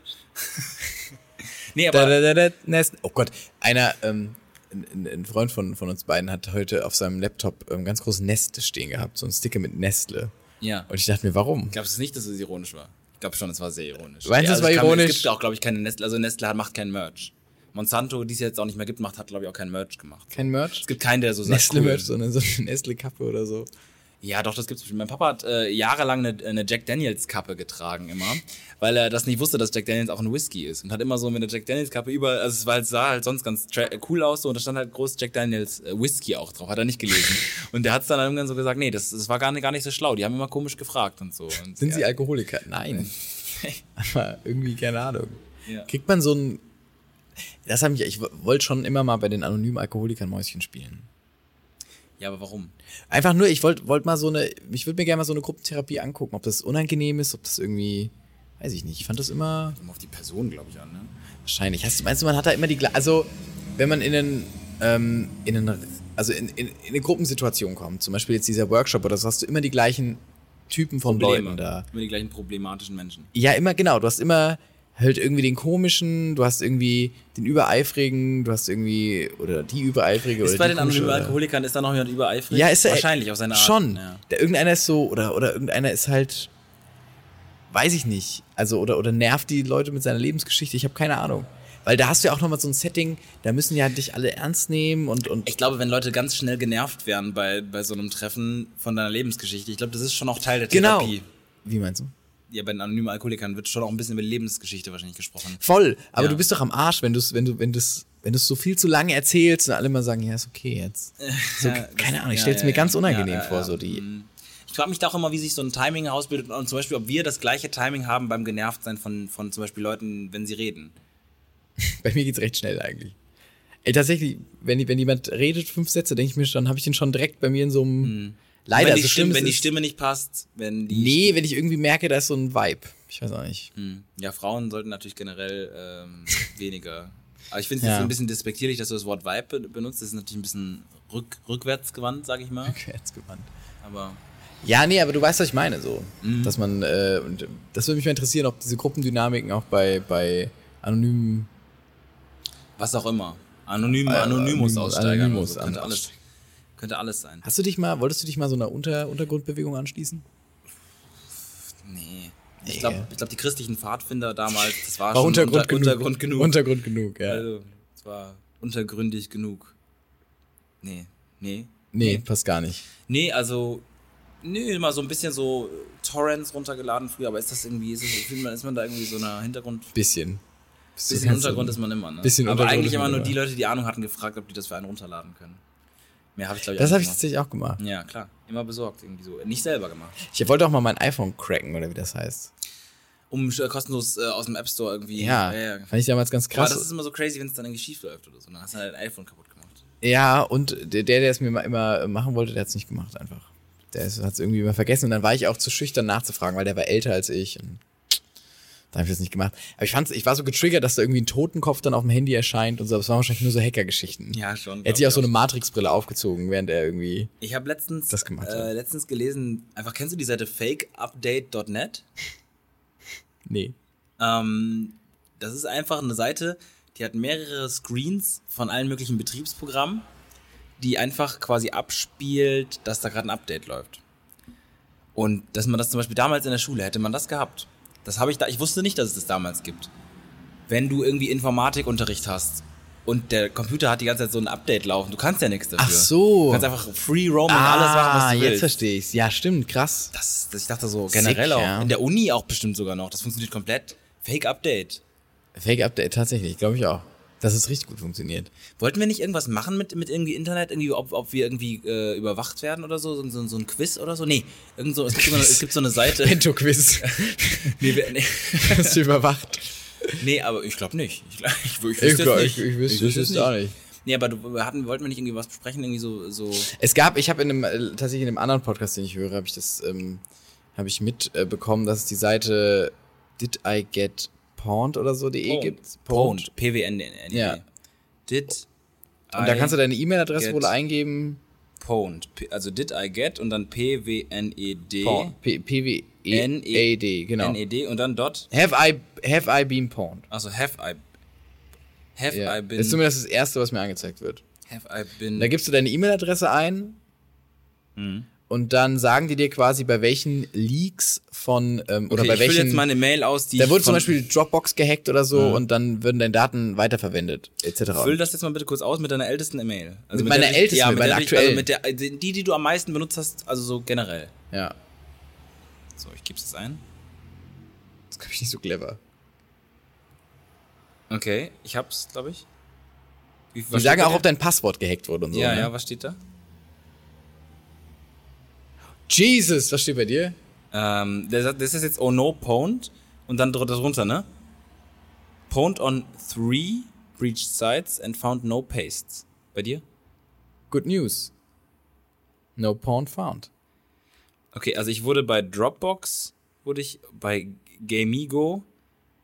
[SPEAKER 3] <laughs> nee, aber...
[SPEAKER 2] Da, da, da, da, Nest. Oh Gott, einer, ähm, ein, ein Freund von, von uns beiden hat heute auf seinem Laptop ähm, ganz groß Neste stehen gehabt, so ein Sticker mit Nestle.
[SPEAKER 3] Ja.
[SPEAKER 2] Und ich dachte mir, warum?
[SPEAKER 3] Glaubst du nicht, dass es ironisch war? Ich glaube schon, es war sehr ironisch. also,
[SPEAKER 2] Meinst du, es war
[SPEAKER 3] ich kann-
[SPEAKER 2] ironisch?
[SPEAKER 3] Es gibt auch, glaube ich, keine Nestle. Also Nestle hat- macht kein Merch. Monsanto, die es jetzt auch nicht mehr gibt, macht, hat, glaube ich, auch kein Merch gemacht.
[SPEAKER 2] Kein Merch?
[SPEAKER 3] Es gibt keinen, der so sagt.
[SPEAKER 2] Nestle Merch, sondern so eine Nestle-Kappe oder so.
[SPEAKER 3] Ja, doch, das gibt's bestimmt. Mein Papa hat äh, jahrelang eine, eine Jack Daniels-Kappe getragen immer, weil er das nicht wusste, dass Jack Daniels auch ein Whisky ist. Und hat immer so mit der Jack Daniels-Kappe überall, also es war, halt- sah halt sonst ganz tra- cool aus so, und da stand halt groß Jack Daniels äh, Whisky auch drauf, hat er
[SPEAKER 2] <laughs>
[SPEAKER 3] nicht gelesen. und der hat's dann irgendwann so gesagt, nee, das, das war gar nicht, gar nicht so schlau, die haben immer komisch gefragt und so. Und,
[SPEAKER 2] Sind
[SPEAKER 3] ja.
[SPEAKER 2] sie Alkoholiker? Nein. <laughs> Aber irgendwie, keine Ahnung.
[SPEAKER 3] Ja.
[SPEAKER 2] Kriegt man so ein. Das habe ich, ich wollte schon immer mal bei den anonymen Alkoholikern Mäuschen spielen.
[SPEAKER 3] Ja, aber warum?
[SPEAKER 2] Einfach nur, ich wollte wollt mal so eine, ich würde mir gerne mal so eine Gruppentherapie angucken, ob das unangenehm ist, ob das irgendwie, Weiß ich nicht. Ich fand das immer
[SPEAKER 3] Kommt auf die Person, glaube ich, an, ne?
[SPEAKER 2] wahrscheinlich. Hast, du- meinst du, man hat da immer die gleiche. Also, wenn man in einen, ähm, in einen also in, in, in eine Gruppensituation kommt, zum Beispiel jetzt dieser Workshop oder so, hast du immer die gleichen Typen von Leuten da.
[SPEAKER 3] Immer die gleichen problematischen Menschen.
[SPEAKER 2] Ja, immer, genau. Du hast immer halt irgendwie den komischen, du hast irgendwie den übereifrigen, du hast irgendwie, oder die übereifrige
[SPEAKER 3] Ist
[SPEAKER 2] oder
[SPEAKER 3] bei
[SPEAKER 2] die
[SPEAKER 3] den
[SPEAKER 2] komische,
[SPEAKER 3] anonymen
[SPEAKER 2] oder-
[SPEAKER 3] Alkoholikern, ist da noch jemand übereifrig?
[SPEAKER 2] Ja, ist er
[SPEAKER 3] Wahrscheinlich auf seine Art.
[SPEAKER 2] Schon.
[SPEAKER 3] Ja.
[SPEAKER 2] Da, irgendeiner ist so, oder, oder irgendeiner ist halt, weiß ich nicht. Also, oder, oder nervt die Leute mit seiner Lebensgeschichte, ich habe keine Ahnung. Weil da hast du ja auch nochmal so ein Setting, da müssen ja dich alle ernst nehmen und, und
[SPEAKER 3] Ich glaube, wenn Leute ganz schnell genervt werden bei, bei so einem Treffen von deiner Lebensgeschichte, ich glaube, das ist schon auch Teil der
[SPEAKER 2] genau.
[SPEAKER 3] Therapie.
[SPEAKER 2] Wie meinst du?
[SPEAKER 3] Ja, bei den anonymen Alkoholikern wird schon auch ein bisschen über die Lebensgeschichte wahrscheinlich gesprochen.
[SPEAKER 2] Voll, aber
[SPEAKER 3] Ja.
[SPEAKER 2] du bist doch am Arsch, wenn, du's, wenn du wenn das wenn du so viel zu lange erzählst und alle mal sagen, ja, ist okay jetzt. So,
[SPEAKER 3] <laughs> Ja, das-
[SPEAKER 2] keine Ahnung, ich
[SPEAKER 3] ja,
[SPEAKER 2] stell's
[SPEAKER 3] ja,
[SPEAKER 2] mir
[SPEAKER 3] ja.
[SPEAKER 2] ganz unangenehm
[SPEAKER 3] Ja, ja,
[SPEAKER 2] vor,
[SPEAKER 3] ja.
[SPEAKER 2] so die.
[SPEAKER 3] Mhm. Ich frage mich da auch immer, wie sich so ein Timing ausbildet und zum Beispiel, ob wir das gleiche Timing haben beim Genervtsein von, von zum Beispiel Leuten, wenn sie reden.
[SPEAKER 2] Bei mir geht's recht schnell eigentlich. Ey, tatsächlich, wenn, wenn jemand redet, fünf Sätze, denke ich mir schon, habe ich den schon direkt bei mir in so einem. Leider, so also
[SPEAKER 3] Mhm. wenn die,
[SPEAKER 2] schlimm
[SPEAKER 3] Stimme,
[SPEAKER 2] es
[SPEAKER 3] wenn die
[SPEAKER 2] ist-
[SPEAKER 3] Stimme nicht passt, wenn die.
[SPEAKER 2] Nee, wenn ich irgendwie merke, da ist so ein Vibe. Ich weiß auch nicht.
[SPEAKER 3] Mhm. Ja, Frauen sollten natürlich generell
[SPEAKER 2] <laughs>
[SPEAKER 3] ähm, weniger. Aber ich finde es
[SPEAKER 2] Ja.
[SPEAKER 3] ein bisschen despektierlich, dass du das Wort Vibe be- benutzt. Das ist natürlich ein bisschen rück, rückwärtsgewandt, sag ich mal.
[SPEAKER 2] Okay, jetzt gewandt.
[SPEAKER 3] Aber
[SPEAKER 2] Ja, nee, aber du weißt, was ich meine, so.
[SPEAKER 3] Mhm.
[SPEAKER 2] Dass man, äh, und das würde mich mal interessieren, ob diese Gruppendynamiken auch bei, bei anonymen
[SPEAKER 3] was auch immer. Anonym,
[SPEAKER 2] Äh,
[SPEAKER 3] Anonymous
[SPEAKER 2] Anonymous-
[SPEAKER 3] aussteigern. oder
[SPEAKER 2] Anonymous-
[SPEAKER 3] so. Könnte alles, könnte alles sein.
[SPEAKER 2] Hast du dich mal, wolltest du dich mal so einer Unter Untergrundbewegung anschließen?
[SPEAKER 3] Nee. Ich
[SPEAKER 2] Nee.
[SPEAKER 3] glaube, ich glaub, die christlichen Pfadfinder damals, das war,
[SPEAKER 2] War
[SPEAKER 3] schon
[SPEAKER 2] Untergrund,
[SPEAKER 3] unter, genug. Untergrund genug.
[SPEAKER 2] Untergrund genug, ja.
[SPEAKER 3] also, es war untergründig genug. Nee, nee.
[SPEAKER 2] nee, passt gar nicht.
[SPEAKER 3] Nee, also, nee, immer so ein bisschen so äh, Torrents runtergeladen früher, aber ist das irgendwie, ist, das, fühlt man, ist man da irgendwie so einer Hintergrund...
[SPEAKER 2] Bisschen. Bist du
[SPEAKER 3] Bisschen
[SPEAKER 2] ganz
[SPEAKER 3] Untergrund
[SPEAKER 2] so-
[SPEAKER 3] ist man immer, ne?
[SPEAKER 2] bisschen
[SPEAKER 3] aber
[SPEAKER 2] Untergrund
[SPEAKER 3] eigentlich
[SPEAKER 2] ist
[SPEAKER 3] immer
[SPEAKER 2] man
[SPEAKER 3] nur
[SPEAKER 2] immer.
[SPEAKER 3] die Leute, die Ahnung hatten, gefragt, ob die das für einen runterladen können. Mehr habe ich, glaube ich,
[SPEAKER 2] Das
[SPEAKER 3] auch
[SPEAKER 2] habe ich
[SPEAKER 3] nicht gemacht.
[SPEAKER 2] tatsächlich auch gemacht.
[SPEAKER 3] Ja, klar. Immer besorgt, irgendwie so. Nicht selber gemacht.
[SPEAKER 2] Ich wollte auch mal mein iPhone cracken, oder wie das heißt.
[SPEAKER 3] Um äh, kostenlos äh, aus dem App Store irgendwie...
[SPEAKER 2] Ja,
[SPEAKER 3] ja, ja.
[SPEAKER 2] fand ich damals ganz
[SPEAKER 3] Aber
[SPEAKER 2] krass.
[SPEAKER 3] das ist immer so crazy, wenn es dann irgendwie schief läuft oder so. Dann hast du halt ein iPhone kaputt gemacht.
[SPEAKER 2] Ja, und der, der der es mir immer, immer machen wollte, der hat es nicht gemacht einfach. Der hat es irgendwie immer vergessen und dann war ich auch zu schüchtern nachzufragen, weil der war älter als ich. Und da habe ich das nicht gemacht. Aber ich fand's, ich war so getriggert, dass da irgendwie ein Totenkopf dann auf dem Handy erscheint und so. Aber es waren wahrscheinlich nur so Hackergeschichten.
[SPEAKER 3] Ja, schon.
[SPEAKER 2] Er hat sich auch so eine Matrix-Brille aufgezogen, während er irgendwie.
[SPEAKER 3] ich habe letztens,
[SPEAKER 2] Das gemacht hat.
[SPEAKER 3] äh, letztens gelesen, einfach kennst du die Seite fakeupdate.net?
[SPEAKER 2] Nee.
[SPEAKER 3] Ähm, das ist einfach eine Seite, die hat mehrere Screens von allen möglichen Betriebsprogrammen, die einfach quasi abspielt, dass da gerade ein Update läuft. Und dass man das zum Beispiel damals in der Schule hätte man das gehabt. Das habe ich da, ich wusste nicht, dass es das damals gibt. Wenn du irgendwie Informatikunterricht hast und der Computer hat die ganze Zeit so ein Update laufen, du kannst ja nichts dafür.
[SPEAKER 2] Ach so. Ah,
[SPEAKER 3] Du kannst einfach free roaming Ah, alles machen, was du
[SPEAKER 2] jetzt
[SPEAKER 3] willst.
[SPEAKER 2] verstehe ich's. Ja, stimmt, krass.
[SPEAKER 3] Das, das, ich dachte so generell
[SPEAKER 2] Sick,
[SPEAKER 3] auch.
[SPEAKER 2] ja.
[SPEAKER 3] In der Uni auch bestimmt sogar noch. Das funktioniert komplett. Fake Update.
[SPEAKER 2] Fake-Update, tatsächlich, glaube ich auch. Dass es richtig gut
[SPEAKER 3] <laughs>
[SPEAKER 2] funktioniert.
[SPEAKER 3] Wollten wir nicht irgendwas machen mit, mit irgendwie Internet, irgendwie, ob, ob wir irgendwie äh, überwacht werden oder so? So, so, so ein Quiz oder so? Nee, irgend so, es, gibt so eine, es gibt so
[SPEAKER 2] <laughs>
[SPEAKER 3] eine Seite.
[SPEAKER 2] Bento-Quiz.
[SPEAKER 3] nee, wir- nee, <laughs>
[SPEAKER 2] Hast du überwacht?
[SPEAKER 3] nee, aber ich glaube nicht. Ich, glaub- ich, wü- ich wüsste jetzt nicht. wüsste es
[SPEAKER 2] auch nicht.
[SPEAKER 3] Nee, aber du, wir hatten, wollten wir nicht irgendwie was besprechen? Irgendwie so, so
[SPEAKER 2] Es gab, ich habe in einem, äh, tatsächlich in einem anderen Podcast, den ich höre, habe ich das, ähm, habe ich mitbekommen, äh, bekommen, dass es die Seite Did I Get Pawned oder so .de gibt.
[SPEAKER 3] Pwned. PWN. nee,
[SPEAKER 2] E
[SPEAKER 3] nee.
[SPEAKER 2] Ja.
[SPEAKER 3] E Did
[SPEAKER 2] Und da kannst du deine E-Mail-Adresse
[SPEAKER 3] get-
[SPEAKER 2] wohl eingeben.
[SPEAKER 3] Pwned. P- Also did I get und dann P-W-N-E-D.
[SPEAKER 2] Pawned. P-
[SPEAKER 3] E
[SPEAKER 2] P-W-E-A-D, genau.
[SPEAKER 3] N-E-D und dann dot.
[SPEAKER 2] Have I, have I been pawned?
[SPEAKER 3] Also have I. Have
[SPEAKER 2] Ja.
[SPEAKER 3] I
[SPEAKER 2] Das
[SPEAKER 3] been. Mhm.
[SPEAKER 2] ist zumindest das Erste, was mir angezeigt wird.
[SPEAKER 3] have I been.
[SPEAKER 2] Da gibst du deine E-Mail-Adresse ein
[SPEAKER 3] Mhm.
[SPEAKER 2] und dann sagen die dir quasi, bei welchen Leaks von ähm, oder
[SPEAKER 3] Okay,
[SPEAKER 2] bei
[SPEAKER 3] ich
[SPEAKER 2] welchen.
[SPEAKER 3] fülle jetzt meine Mail aus, die
[SPEAKER 2] Da
[SPEAKER 3] ich
[SPEAKER 2] wurde zum
[SPEAKER 3] von- Mhm.
[SPEAKER 2] Beispiel Dropbox gehackt oder so und dann würden deine Daten weiterverwendet, etc.
[SPEAKER 3] Füll das jetzt mal bitte kurz aus mit deiner ältesten E-Mail. Also
[SPEAKER 2] Mit meiner
[SPEAKER 3] der-
[SPEAKER 2] ältesten,
[SPEAKER 3] ja,
[SPEAKER 2] mit meiner
[SPEAKER 3] der-
[SPEAKER 2] aktuellen.
[SPEAKER 3] Also mit der, die, die du am meisten benutzt hast, also so generell.
[SPEAKER 2] Ja.
[SPEAKER 3] So, ich gebe es jetzt ein.
[SPEAKER 2] Das ist, glaube ich, nicht so clever.
[SPEAKER 3] Okay, ich hab's, glaube ich. Wie,
[SPEAKER 2] Die sagen auch, ob dein Passwort gehackt wurde und so.
[SPEAKER 3] Ja,
[SPEAKER 2] ne?
[SPEAKER 3] ja, was steht da?
[SPEAKER 2] Jesus, was steht bei dir?
[SPEAKER 3] Ähm, der sagt, das ist jetzt oh no pwned und dann dr- drunter, ne? Pwned on three breached sites and found no pastes. Bei dir?
[SPEAKER 2] Good news. No porn found.
[SPEAKER 3] Okay, also ich wurde bei Dropbox, wurde ich bei Gamigo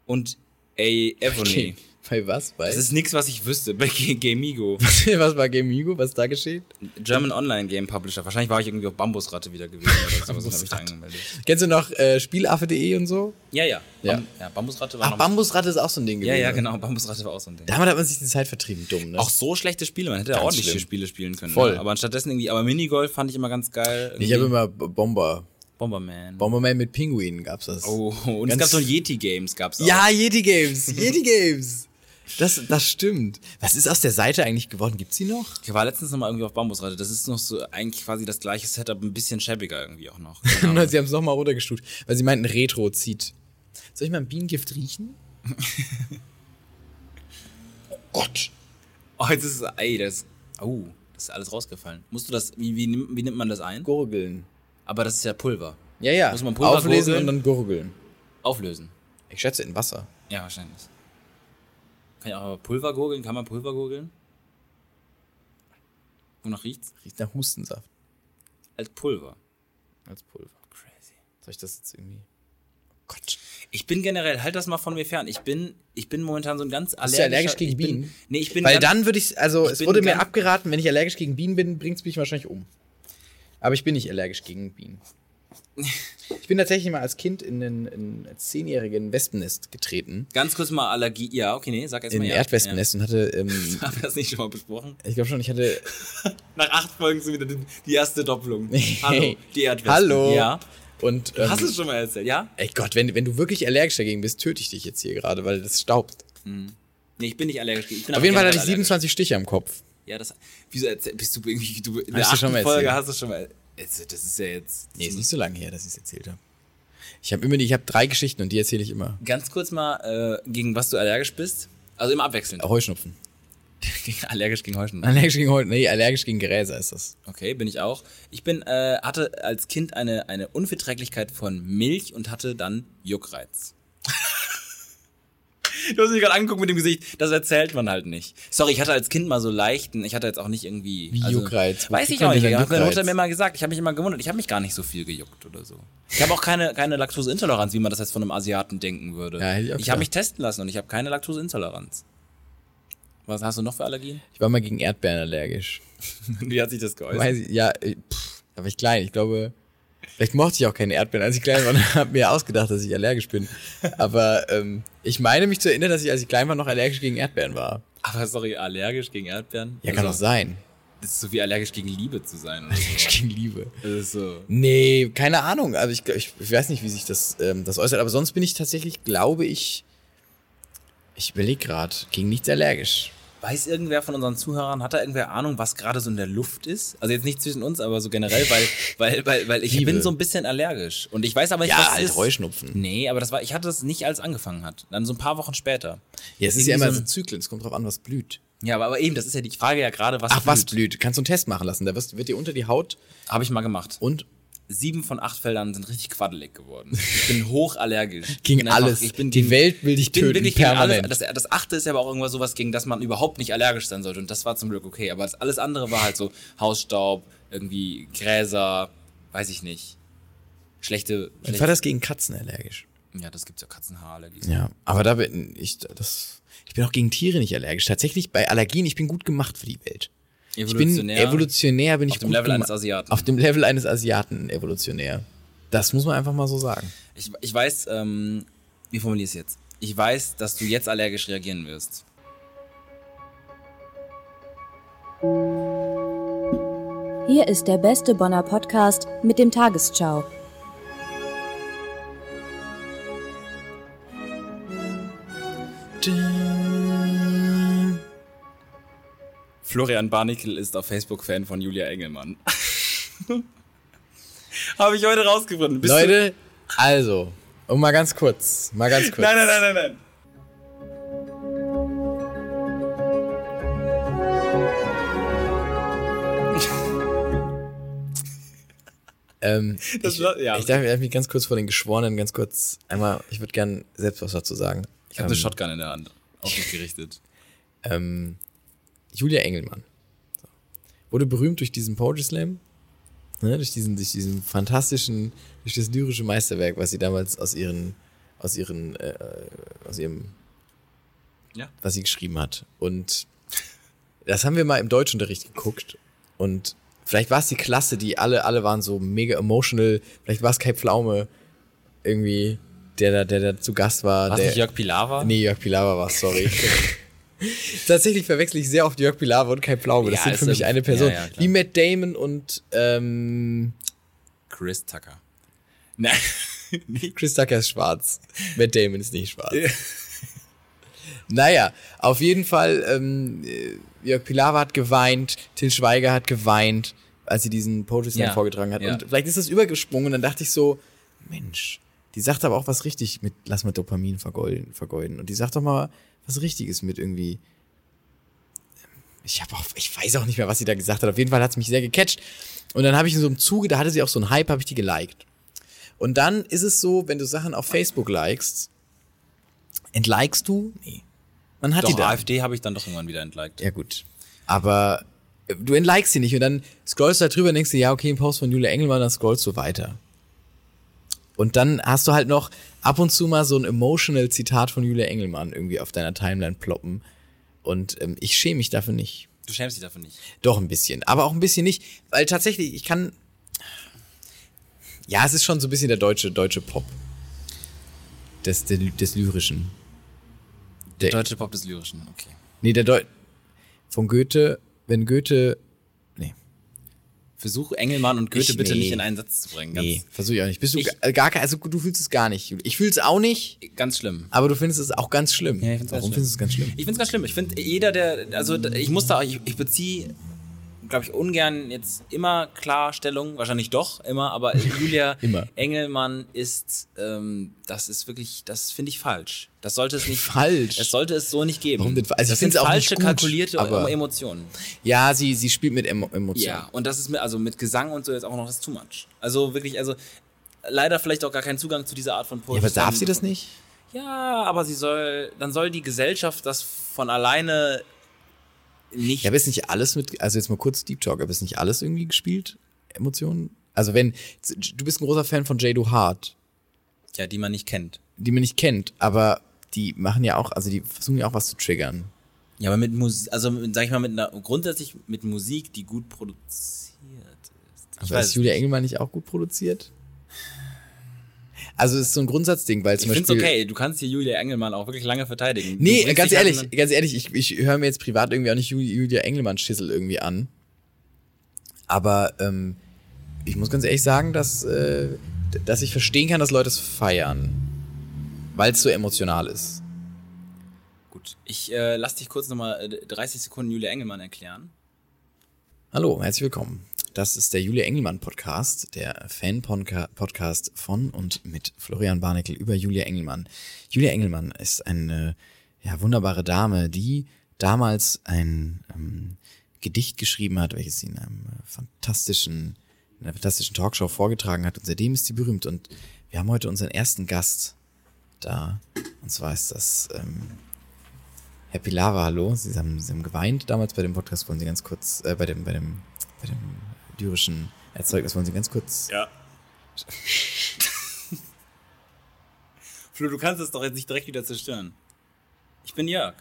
[SPEAKER 3] und A. Ebony.
[SPEAKER 2] Bei was? Bei?
[SPEAKER 3] Oh, Das ist nichts, was ich wüsste. Bei G- Gamigo.
[SPEAKER 2] <laughs> was war Gamigo? Was ist da geschieht?
[SPEAKER 3] German Online Game Publisher. Wahrscheinlich war ich irgendwie auf Bambusratte wieder gewesen oder sowas und hab mich da angemeldet.
[SPEAKER 2] Kennst du noch äh, Spielaffe.de und so?
[SPEAKER 3] Ja, ja.
[SPEAKER 2] Ja. Ah,
[SPEAKER 3] Bam- ja Bambusratte war
[SPEAKER 2] Ach,
[SPEAKER 3] noch.
[SPEAKER 2] Bambusratte ist auch so ein Ding gewesen.
[SPEAKER 3] Ja, ja, genau. Bambusratte war auch so ein Ding.
[SPEAKER 2] Damit hat man sich die Zeit vertrieben, dumm, ne?
[SPEAKER 3] Auch so schlechte Spiele, man hätte ja
[SPEAKER 2] Ganz
[SPEAKER 3] ordentliche
[SPEAKER 2] schlimm.
[SPEAKER 3] Spiele spielen können.
[SPEAKER 2] Voll.
[SPEAKER 3] Ne? Aber stattdessen irgendwie, aber Minigolf fand ich immer ganz geil.
[SPEAKER 2] ich habe
[SPEAKER 3] Irgendwie
[SPEAKER 2] immer B- Bomber.
[SPEAKER 3] Bomberman.
[SPEAKER 2] Bomberman mit Pinguinen gab's das.
[SPEAKER 3] oh, und es
[SPEAKER 2] Ganz-
[SPEAKER 3] gab so ein Yeti Games, gab's auch.
[SPEAKER 2] Ja, Yeti Games. Yeti Games. Das, das stimmt. Was ist aus der Seite eigentlich geworden? Gibt's die noch?
[SPEAKER 3] Ich war letztens nochmal irgendwie auf Bambusratte. Das ist noch so eigentlich quasi das gleiche Setup, ein bisschen schäbiger irgendwie
[SPEAKER 2] <laughs>
[SPEAKER 3] auch noch. Genau. Keine Ahnung.
[SPEAKER 2] sie haben es nochmal runtergestuft, weil sie meinten, Retro zieht. Soll ich mal ein Bienengift
[SPEAKER 3] <laughs>
[SPEAKER 2] riechen? oh Gott.
[SPEAKER 3] oh, jetzt ist es, ey, das, oh, das ist alles rausgefallen. Musst du das, wie, wie, nimmt- wie nimmt man das ein?
[SPEAKER 2] Gurgeln.
[SPEAKER 3] Aber das ist ja Pulver.
[SPEAKER 2] Ja, ja.
[SPEAKER 3] Muss man Pulver
[SPEAKER 2] Auflesen
[SPEAKER 3] gurgeln?
[SPEAKER 2] und dann gurgeln.
[SPEAKER 3] Auflösen.
[SPEAKER 2] Ich schätze in Wasser.
[SPEAKER 3] Ja, wahrscheinlich. Kann ich auch mal Pulver gurgeln? Kann man Pulver gurgeln? Wonach riecht's?
[SPEAKER 2] Riecht nach Hustensaft.
[SPEAKER 3] Als Pulver.
[SPEAKER 2] Als Pulver.
[SPEAKER 3] Crazy.
[SPEAKER 2] Soll ich das jetzt irgendwie. Oh Gott.
[SPEAKER 3] Ich bin generell, halt das mal von mir fern. Ich bin, ich bin momentan so ein ganz
[SPEAKER 2] Bist
[SPEAKER 3] allergischer.
[SPEAKER 2] du allergisch gegen
[SPEAKER 3] ich bin,
[SPEAKER 2] Bienen?
[SPEAKER 3] Nee, ich bin
[SPEAKER 2] Weil
[SPEAKER 3] ganz-
[SPEAKER 2] dann würde ich. Also, es
[SPEAKER 3] bin
[SPEAKER 2] wurde mir
[SPEAKER 3] ganz-
[SPEAKER 2] abgeraten, wenn ich allergisch gegen Bienen bin, bringt es mich wahrscheinlich um. Aber ich bin nicht allergisch gegen
[SPEAKER 3] <laughs>
[SPEAKER 2] Bienen. Ich bin tatsächlich mal als Kind in einen, in einen zehnjährigen Wespennest getreten.
[SPEAKER 3] ganz kurz mal Allergie. Ja, okay, nee, sag erst
[SPEAKER 2] In
[SPEAKER 3] mal.
[SPEAKER 2] ein
[SPEAKER 3] ja.
[SPEAKER 2] Erdwespennest und hatte. Ähm,
[SPEAKER 3] Ja. <laughs> Haben wir das nicht schon mal besprochen?
[SPEAKER 2] ich glaube schon, ich hatte
[SPEAKER 3] Nach acht Folgen sind wieder die, die
[SPEAKER 2] <laughs>
[SPEAKER 3] erste Doppelung.
[SPEAKER 2] Hey.
[SPEAKER 3] <laughs> Hallo, die Erdwespen.
[SPEAKER 2] Hallo.
[SPEAKER 3] Ja.
[SPEAKER 2] Und
[SPEAKER 3] Du
[SPEAKER 2] ähm,
[SPEAKER 3] hast es schon mal erzählt, ja?
[SPEAKER 2] ey Gott, wenn, wenn du wirklich allergisch dagegen bist, töte ich dich jetzt hier gerade, weil das staubt.
[SPEAKER 3] Nee, ich bin nicht allergisch. Ich bin
[SPEAKER 2] Auf
[SPEAKER 3] aber
[SPEAKER 2] jeden Fall hatte ich
[SPEAKER 3] generell
[SPEAKER 2] 27 Stiche am Kopf.
[SPEAKER 3] allergisch. Ja, das. Wieso erzähl, bist du irgendwie. Du, in
[SPEAKER 2] Hast
[SPEAKER 3] der
[SPEAKER 2] du schon
[SPEAKER 3] achten
[SPEAKER 2] mal
[SPEAKER 3] Folge
[SPEAKER 2] erzählt.
[SPEAKER 3] hast du schon mal. Also, Das ist ja jetzt.
[SPEAKER 2] Nee, ist nicht so lange her, dass ich es erzählt habe. Ich habe immer die, ich habe drei Geschichten und die erzähle ich immer.
[SPEAKER 3] Ganz kurz mal, äh, gegen was du allergisch bist. Also immer abwechselnd.
[SPEAKER 2] Heuschnupfen.
[SPEAKER 3] allergisch gegen
[SPEAKER 2] <laughs>
[SPEAKER 3] Heuschnupfen.
[SPEAKER 2] Allergisch gegen Heu nee, allergisch gegen Gräser ist das.
[SPEAKER 3] Okay, bin ich auch. Ich bin, äh, hatte als Kind eine, eine Unverträglichkeit von Milch und hatte dann Juckreiz. <laughs> du hast mich gerade angeguckt mit dem Gesicht. Das erzählt man halt nicht. Sorry, ich hatte als Kind mal so leichten, ich hatte jetzt auch nicht irgendwie. also,
[SPEAKER 2] Wie Juckreiz? Wo
[SPEAKER 3] Weiß
[SPEAKER 2] kriegt
[SPEAKER 3] ich auch
[SPEAKER 2] man
[SPEAKER 3] nicht.
[SPEAKER 2] denn
[SPEAKER 3] Hat Meine
[SPEAKER 2] Juckreiz?
[SPEAKER 3] Mutter mir mal gesagt, ich habe mich immer gewundert, ich habe mich gar nicht so viel gejuckt oder so. Ich habe auch keine, keine Laktoseintoleranz, wie man das jetzt von einem Asiaten denken würde.
[SPEAKER 2] Ja, hätte ich auch
[SPEAKER 3] ich habe
[SPEAKER 2] gedacht.
[SPEAKER 3] mich testen lassen und ich habe keine Laktoseintoleranz. Was hast du noch
[SPEAKER 2] <laughs>
[SPEAKER 3] für Allergien?
[SPEAKER 2] Ich war mal gegen Erdbeeren allergisch.
[SPEAKER 3] wie hat sich das geäußert?
[SPEAKER 2] Weiß ich, ja, äh, pff, da war ich klein. Ich glaube, vielleicht mochte ich auch keine Erdbeeren, als ich klein war. <laughs> und habe mir ausgedacht, dass ich allergisch bin. Aber ähm, ich meine mich zu erinnern, dass ich, als ich klein war, noch allergisch gegen Erdbeeren war.
[SPEAKER 3] Aber sorry, allergisch gegen Erdbeeren?
[SPEAKER 2] Ja, kann
[SPEAKER 3] Also,
[SPEAKER 2] auch sein. <laughs>
[SPEAKER 3] Das ist so wie allergisch gegen Liebe zu sein. oder so.
[SPEAKER 2] Allergisch gegen Liebe.
[SPEAKER 3] Das ist so.
[SPEAKER 2] Nee, keine Ahnung. Also ich, ich, ich weiß nicht, wie sich das, ähm, das äußert, aber sonst bin ich tatsächlich, glaube ich, ich überlege gerade, gegen nichts allergisch.
[SPEAKER 3] Weiß irgendwer von unseren Zuhörern, hat da irgendwer Ahnung, was gerade so in der Luft ist? Also jetzt nicht zwischen uns, aber so generell,
[SPEAKER 2] <laughs>
[SPEAKER 3] weil, weil, weil, weil ich
[SPEAKER 2] Liebe.
[SPEAKER 3] bin so ein bisschen allergisch. Und ich weiß aber nicht, was
[SPEAKER 2] Ja,
[SPEAKER 3] es
[SPEAKER 2] halt
[SPEAKER 3] ist.
[SPEAKER 2] Heuschnupfen.
[SPEAKER 3] Nee, aber das war, ich hatte das nicht, als angefangen hat. Dann so ein paar Wochen später.
[SPEAKER 2] Ja, es ist ja
[SPEAKER 3] Irgendwie
[SPEAKER 2] immer
[SPEAKER 3] so
[SPEAKER 2] so
[SPEAKER 3] ein-
[SPEAKER 2] Zyklen, es kommt drauf an, was blüht.
[SPEAKER 3] Ja, aber, aber eben, das ist ja die Frage ja gerade, was
[SPEAKER 2] Ach, was blüht? Kannst du einen Test machen lassen, da wirst- wird dir unter die Haut
[SPEAKER 3] Habe ich mal gemacht.
[SPEAKER 2] und
[SPEAKER 3] Sieben von acht Feldern sind richtig quaddelig geworden.
[SPEAKER 2] <laughs>
[SPEAKER 3] Ich bin hochallergisch.
[SPEAKER 2] gegen
[SPEAKER 3] Ich bin einfach-
[SPEAKER 2] alles.
[SPEAKER 3] Ich bin
[SPEAKER 2] die
[SPEAKER 3] gegen,
[SPEAKER 2] Welt will dich
[SPEAKER 3] Ich bin
[SPEAKER 2] töten,
[SPEAKER 3] wirklich gegen alles.
[SPEAKER 2] permanent.
[SPEAKER 3] Das, das achte ist ja aber auch irgendwas sowas, gegen das man überhaupt nicht allergisch sein sollte. Und das war zum Glück okay. Aber das alles andere war halt so Hausstaub, irgendwie Gräser, weiß ich nicht. Schlechte.
[SPEAKER 2] Ich
[SPEAKER 3] schlechte
[SPEAKER 2] war das gegen Katzen allergisch.
[SPEAKER 3] ja, das gibt's ja Katzenhaarallergie.
[SPEAKER 2] Ja, aber da bin ich, das, ich bin auch gegen Tiere nicht allergisch. Tatsächlich bei Allergien, ich bin gut gemacht für die Welt. Ich bin evolutionär, bin ich
[SPEAKER 3] auf dem
[SPEAKER 2] gut
[SPEAKER 3] Level
[SPEAKER 2] gema-
[SPEAKER 3] eines Asiaten.
[SPEAKER 2] Auf dem Level eines Asiaten evolutionär. Das muss man einfach mal so sagen.
[SPEAKER 3] Ich, ich weiß, ähm, wie formuliere ich es jetzt? Ich weiß, dass du jetzt allergisch reagieren wirst.
[SPEAKER 1] Hier ist der beste Bonner Podcast mit dem Tagesschau.
[SPEAKER 3] Florian Barnikel ist auf Facebook Fan von Julia <laughs> Engelmann. Habe ich heute rausgefunden. Bist du-
[SPEAKER 2] Leute, also, und mal ganz kurz, mal ganz kurz.
[SPEAKER 3] <laughs> Nein, nein, nein, nein, nein.
[SPEAKER 2] Ähm,
[SPEAKER 3] Das
[SPEAKER 2] ich,
[SPEAKER 3] war- ja.
[SPEAKER 2] ich darf ich darf mich ganz kurz vor den Geschworenen, ganz kurz einmal, ich würde gern selbst was dazu sagen.
[SPEAKER 3] Ich habe eine Shotgun in der Hand.
[SPEAKER 2] <laughs>
[SPEAKER 3] Auf mich gerichtet.
[SPEAKER 2] ähm, Julia Engelmann So. wurde berühmt durch diesen Poetry Slam, ne, durch diesen, durch diesen fantastischen, durch das lyrische Meisterwerk, was sie damals aus ihren aus, ihren, äh, aus ihrem,
[SPEAKER 3] Ja.
[SPEAKER 2] was sie geschrieben hat. Und das haben wir mal im Deutschunterricht geguckt. Und vielleicht war es die Klasse, die alle, alle waren so mega emotional. Vielleicht war es Kai Pflaume irgendwie, der da, der da zu Gast war.
[SPEAKER 4] Was
[SPEAKER 2] der,
[SPEAKER 4] nicht Jörg Pilawa?
[SPEAKER 2] Nee, Jörg Pilawa war
[SPEAKER 3] <laughs>
[SPEAKER 2] sorry. Tatsächlich verwechsel ich sehr oft Jörg Pilawa und Kai Pflaume. Das
[SPEAKER 3] Ja,
[SPEAKER 2] sind für
[SPEAKER 3] ist
[SPEAKER 2] mich
[SPEAKER 3] ja-
[SPEAKER 2] eine Person.
[SPEAKER 3] ja, ja, klar.
[SPEAKER 2] Wie Matt Damon und ähm,
[SPEAKER 3] Chris Tucker. Nein. nee.
[SPEAKER 2] Chris Tucker ist schwarz. Matt Damon ist nicht schwarz. <laughs> naja, auf jeden Fall, ähm, äh, Jörg Pilawa hat geweint, Till Schweiger hat geweint, als sie diesen Poetry Slam
[SPEAKER 4] Ja,
[SPEAKER 2] vorgetragen hat.
[SPEAKER 3] ja.
[SPEAKER 2] Und vielleicht ist das übergesprungen und dann dachte ich so, Mensch, die sagt aber auch was richtig mit, lass mal Dopamin vergolden, vergeuden. Und die sagt doch mal was Richtiges mit irgendwie. ich habe auch, ich weiß auch nicht mehr, was sie da gesagt hat. Auf jeden Fall hat es mich sehr gecatcht. Und dann habe ich in so einem Zuge, da hatte sie auch so einen Hype, habe ich die geliked. Und dann ist es so, wenn du Sachen auf Facebook likest, entlikest du? Nee. Man hat
[SPEAKER 3] Doch,
[SPEAKER 2] die da.
[SPEAKER 3] AfD habe ich dann doch irgendwann wieder entliked.
[SPEAKER 2] Ja, gut. Aber äh, du entlikest sie nicht und dann scrollst du da drüber und denkst dir, ja, okay, ein Post von Julia Engelmann, dann scrollst du weiter. Und dann hast du halt noch ab und zu mal so ein emotional Zitat von Julia Engelmann irgendwie auf deiner Timeline ploppen. Und ähm, ich schäme mich dafür nicht.
[SPEAKER 3] Du schämst dich dafür nicht.
[SPEAKER 2] Doch ein bisschen, aber auch ein bisschen nicht, weil tatsächlich ich kann Ja, es ist schon so ein bisschen der deutsche deutsche Pop des der, des lyrischen. Der,
[SPEAKER 3] Deutsche Pop des Lyrischen, okay.
[SPEAKER 2] nee, der Deu von Goethe, wenn Goethe
[SPEAKER 3] Versuch Engelmann und Goethe
[SPEAKER 2] Ich-
[SPEAKER 3] bitte
[SPEAKER 2] nee.
[SPEAKER 3] nicht in einen Satz zu bringen. Ganz,
[SPEAKER 2] Nee, versuche ich auch nicht. Bist du
[SPEAKER 3] Ich-
[SPEAKER 2] ga- gar kein- also du fühlst es gar nicht. Ich fühle es auch nicht,
[SPEAKER 3] ganz schlimm.
[SPEAKER 2] aber du findest es auch ganz schlimm.
[SPEAKER 3] Ja, ich find's ganz
[SPEAKER 2] Warum
[SPEAKER 3] schlimm.
[SPEAKER 2] findest du es ganz schlimm?
[SPEAKER 3] Ich finde es ganz schlimm. Ich finde, jeder, der, also d- ich muss da, ich, ich beziehe, glaube ich, ungern jetzt immer klar Stellung, wahrscheinlich doch, immer,
[SPEAKER 2] <laughs>
[SPEAKER 3] aber Julia
[SPEAKER 2] Immer.
[SPEAKER 3] Engelmann ist, ähm, das ist wirklich, das finde ich falsch. Das sollte es nicht.
[SPEAKER 2] Falsch.
[SPEAKER 3] Es sollte es so nicht geben.
[SPEAKER 2] Warum denn fa- also ich
[SPEAKER 3] das sind
[SPEAKER 2] find's auch nicht
[SPEAKER 3] falsche,
[SPEAKER 2] gut,
[SPEAKER 3] kalkulierte
[SPEAKER 2] aber-
[SPEAKER 3] Emotionen.
[SPEAKER 2] Ja, sie sie spielt mit Emo Emotionen.
[SPEAKER 3] Ja, und das ist mit, also mit Gesang und so jetzt auch noch das too much. Also wirklich, also leider vielleicht auch gar keinen Zugang zu dieser Art von Poetry.
[SPEAKER 2] Ja, aber darf
[SPEAKER 3] Slam-
[SPEAKER 2] sie das nicht?
[SPEAKER 3] Ja, aber sie soll, dann soll die Gesellschaft das von alleine nicht.
[SPEAKER 2] Ja, aber ist nicht alles mit, also jetzt mal kurz Deep Talk, aber ist nicht alles irgendwie gespielt? Emotionen? Also wenn, du bist ein großer Fan von J.Do Hart,
[SPEAKER 3] ja, die man nicht kennt.
[SPEAKER 2] die man nicht kennt, aber die machen ja auch, also die versuchen ja auch was zu triggern.
[SPEAKER 3] Ja, aber mit Musik, also mit, sag ich mal, mit einer, grundsätzlich mit Musik, die gut produziert ist. Ich
[SPEAKER 2] Aber
[SPEAKER 3] weiß,
[SPEAKER 2] ist Also, Julia Engelmann nicht auch gut produziert? Also es ist so ein Grundsatzding, weil
[SPEAKER 3] ich
[SPEAKER 2] zum
[SPEAKER 3] find's
[SPEAKER 2] Beispiel...
[SPEAKER 3] okay, du kannst hier Julia Engelmann auch wirklich lange verteidigen. Du
[SPEAKER 2] Nee,
[SPEAKER 3] bringst
[SPEAKER 2] ganz
[SPEAKER 3] dich halt
[SPEAKER 2] ehrlich,
[SPEAKER 3] in-
[SPEAKER 2] ganz ehrlich, ich, ich höre mir jetzt privat irgendwie auch nicht Ju- Julia Engelmann-Schissel irgendwie an. Aber ähm, ich muss ganz ehrlich sagen, dass, äh, d- dass ich verstehen kann, dass Leute es feiern. Weil es so emotional ist.
[SPEAKER 3] Gut, ich äh, lass dich kurz nochmal 30 Sekunden Julia Engelmann erklären.
[SPEAKER 2] Hallo, herzlich willkommen. Das ist der Julia Engelmann Podcast, der Fan-Podcast von und mit Florian Barnickel über Julia Engelmann. Julia Engelmann ist eine ja, wunderbare Dame, die damals ein ähm, Gedicht geschrieben hat, welches sie in einem äh, fantastischen, in einer fantastischen Talkshow vorgetragen hat und seitdem ist sie berühmt. Und wir haben heute unseren ersten Gast da. Und zwar ist das ähm, Herr Pilawa, hallo. Sie haben, Sie haben geweint damals bei dem Podcast. Wollen Sie ganz kurz, äh, bei dem, bei dem, bei dem dyrischen Erzeugnis, wollen Sie ganz kurz.
[SPEAKER 3] Ja. <laughs> Flo, du kannst es doch jetzt nicht direkt wieder zerstören. Ich bin Jörg.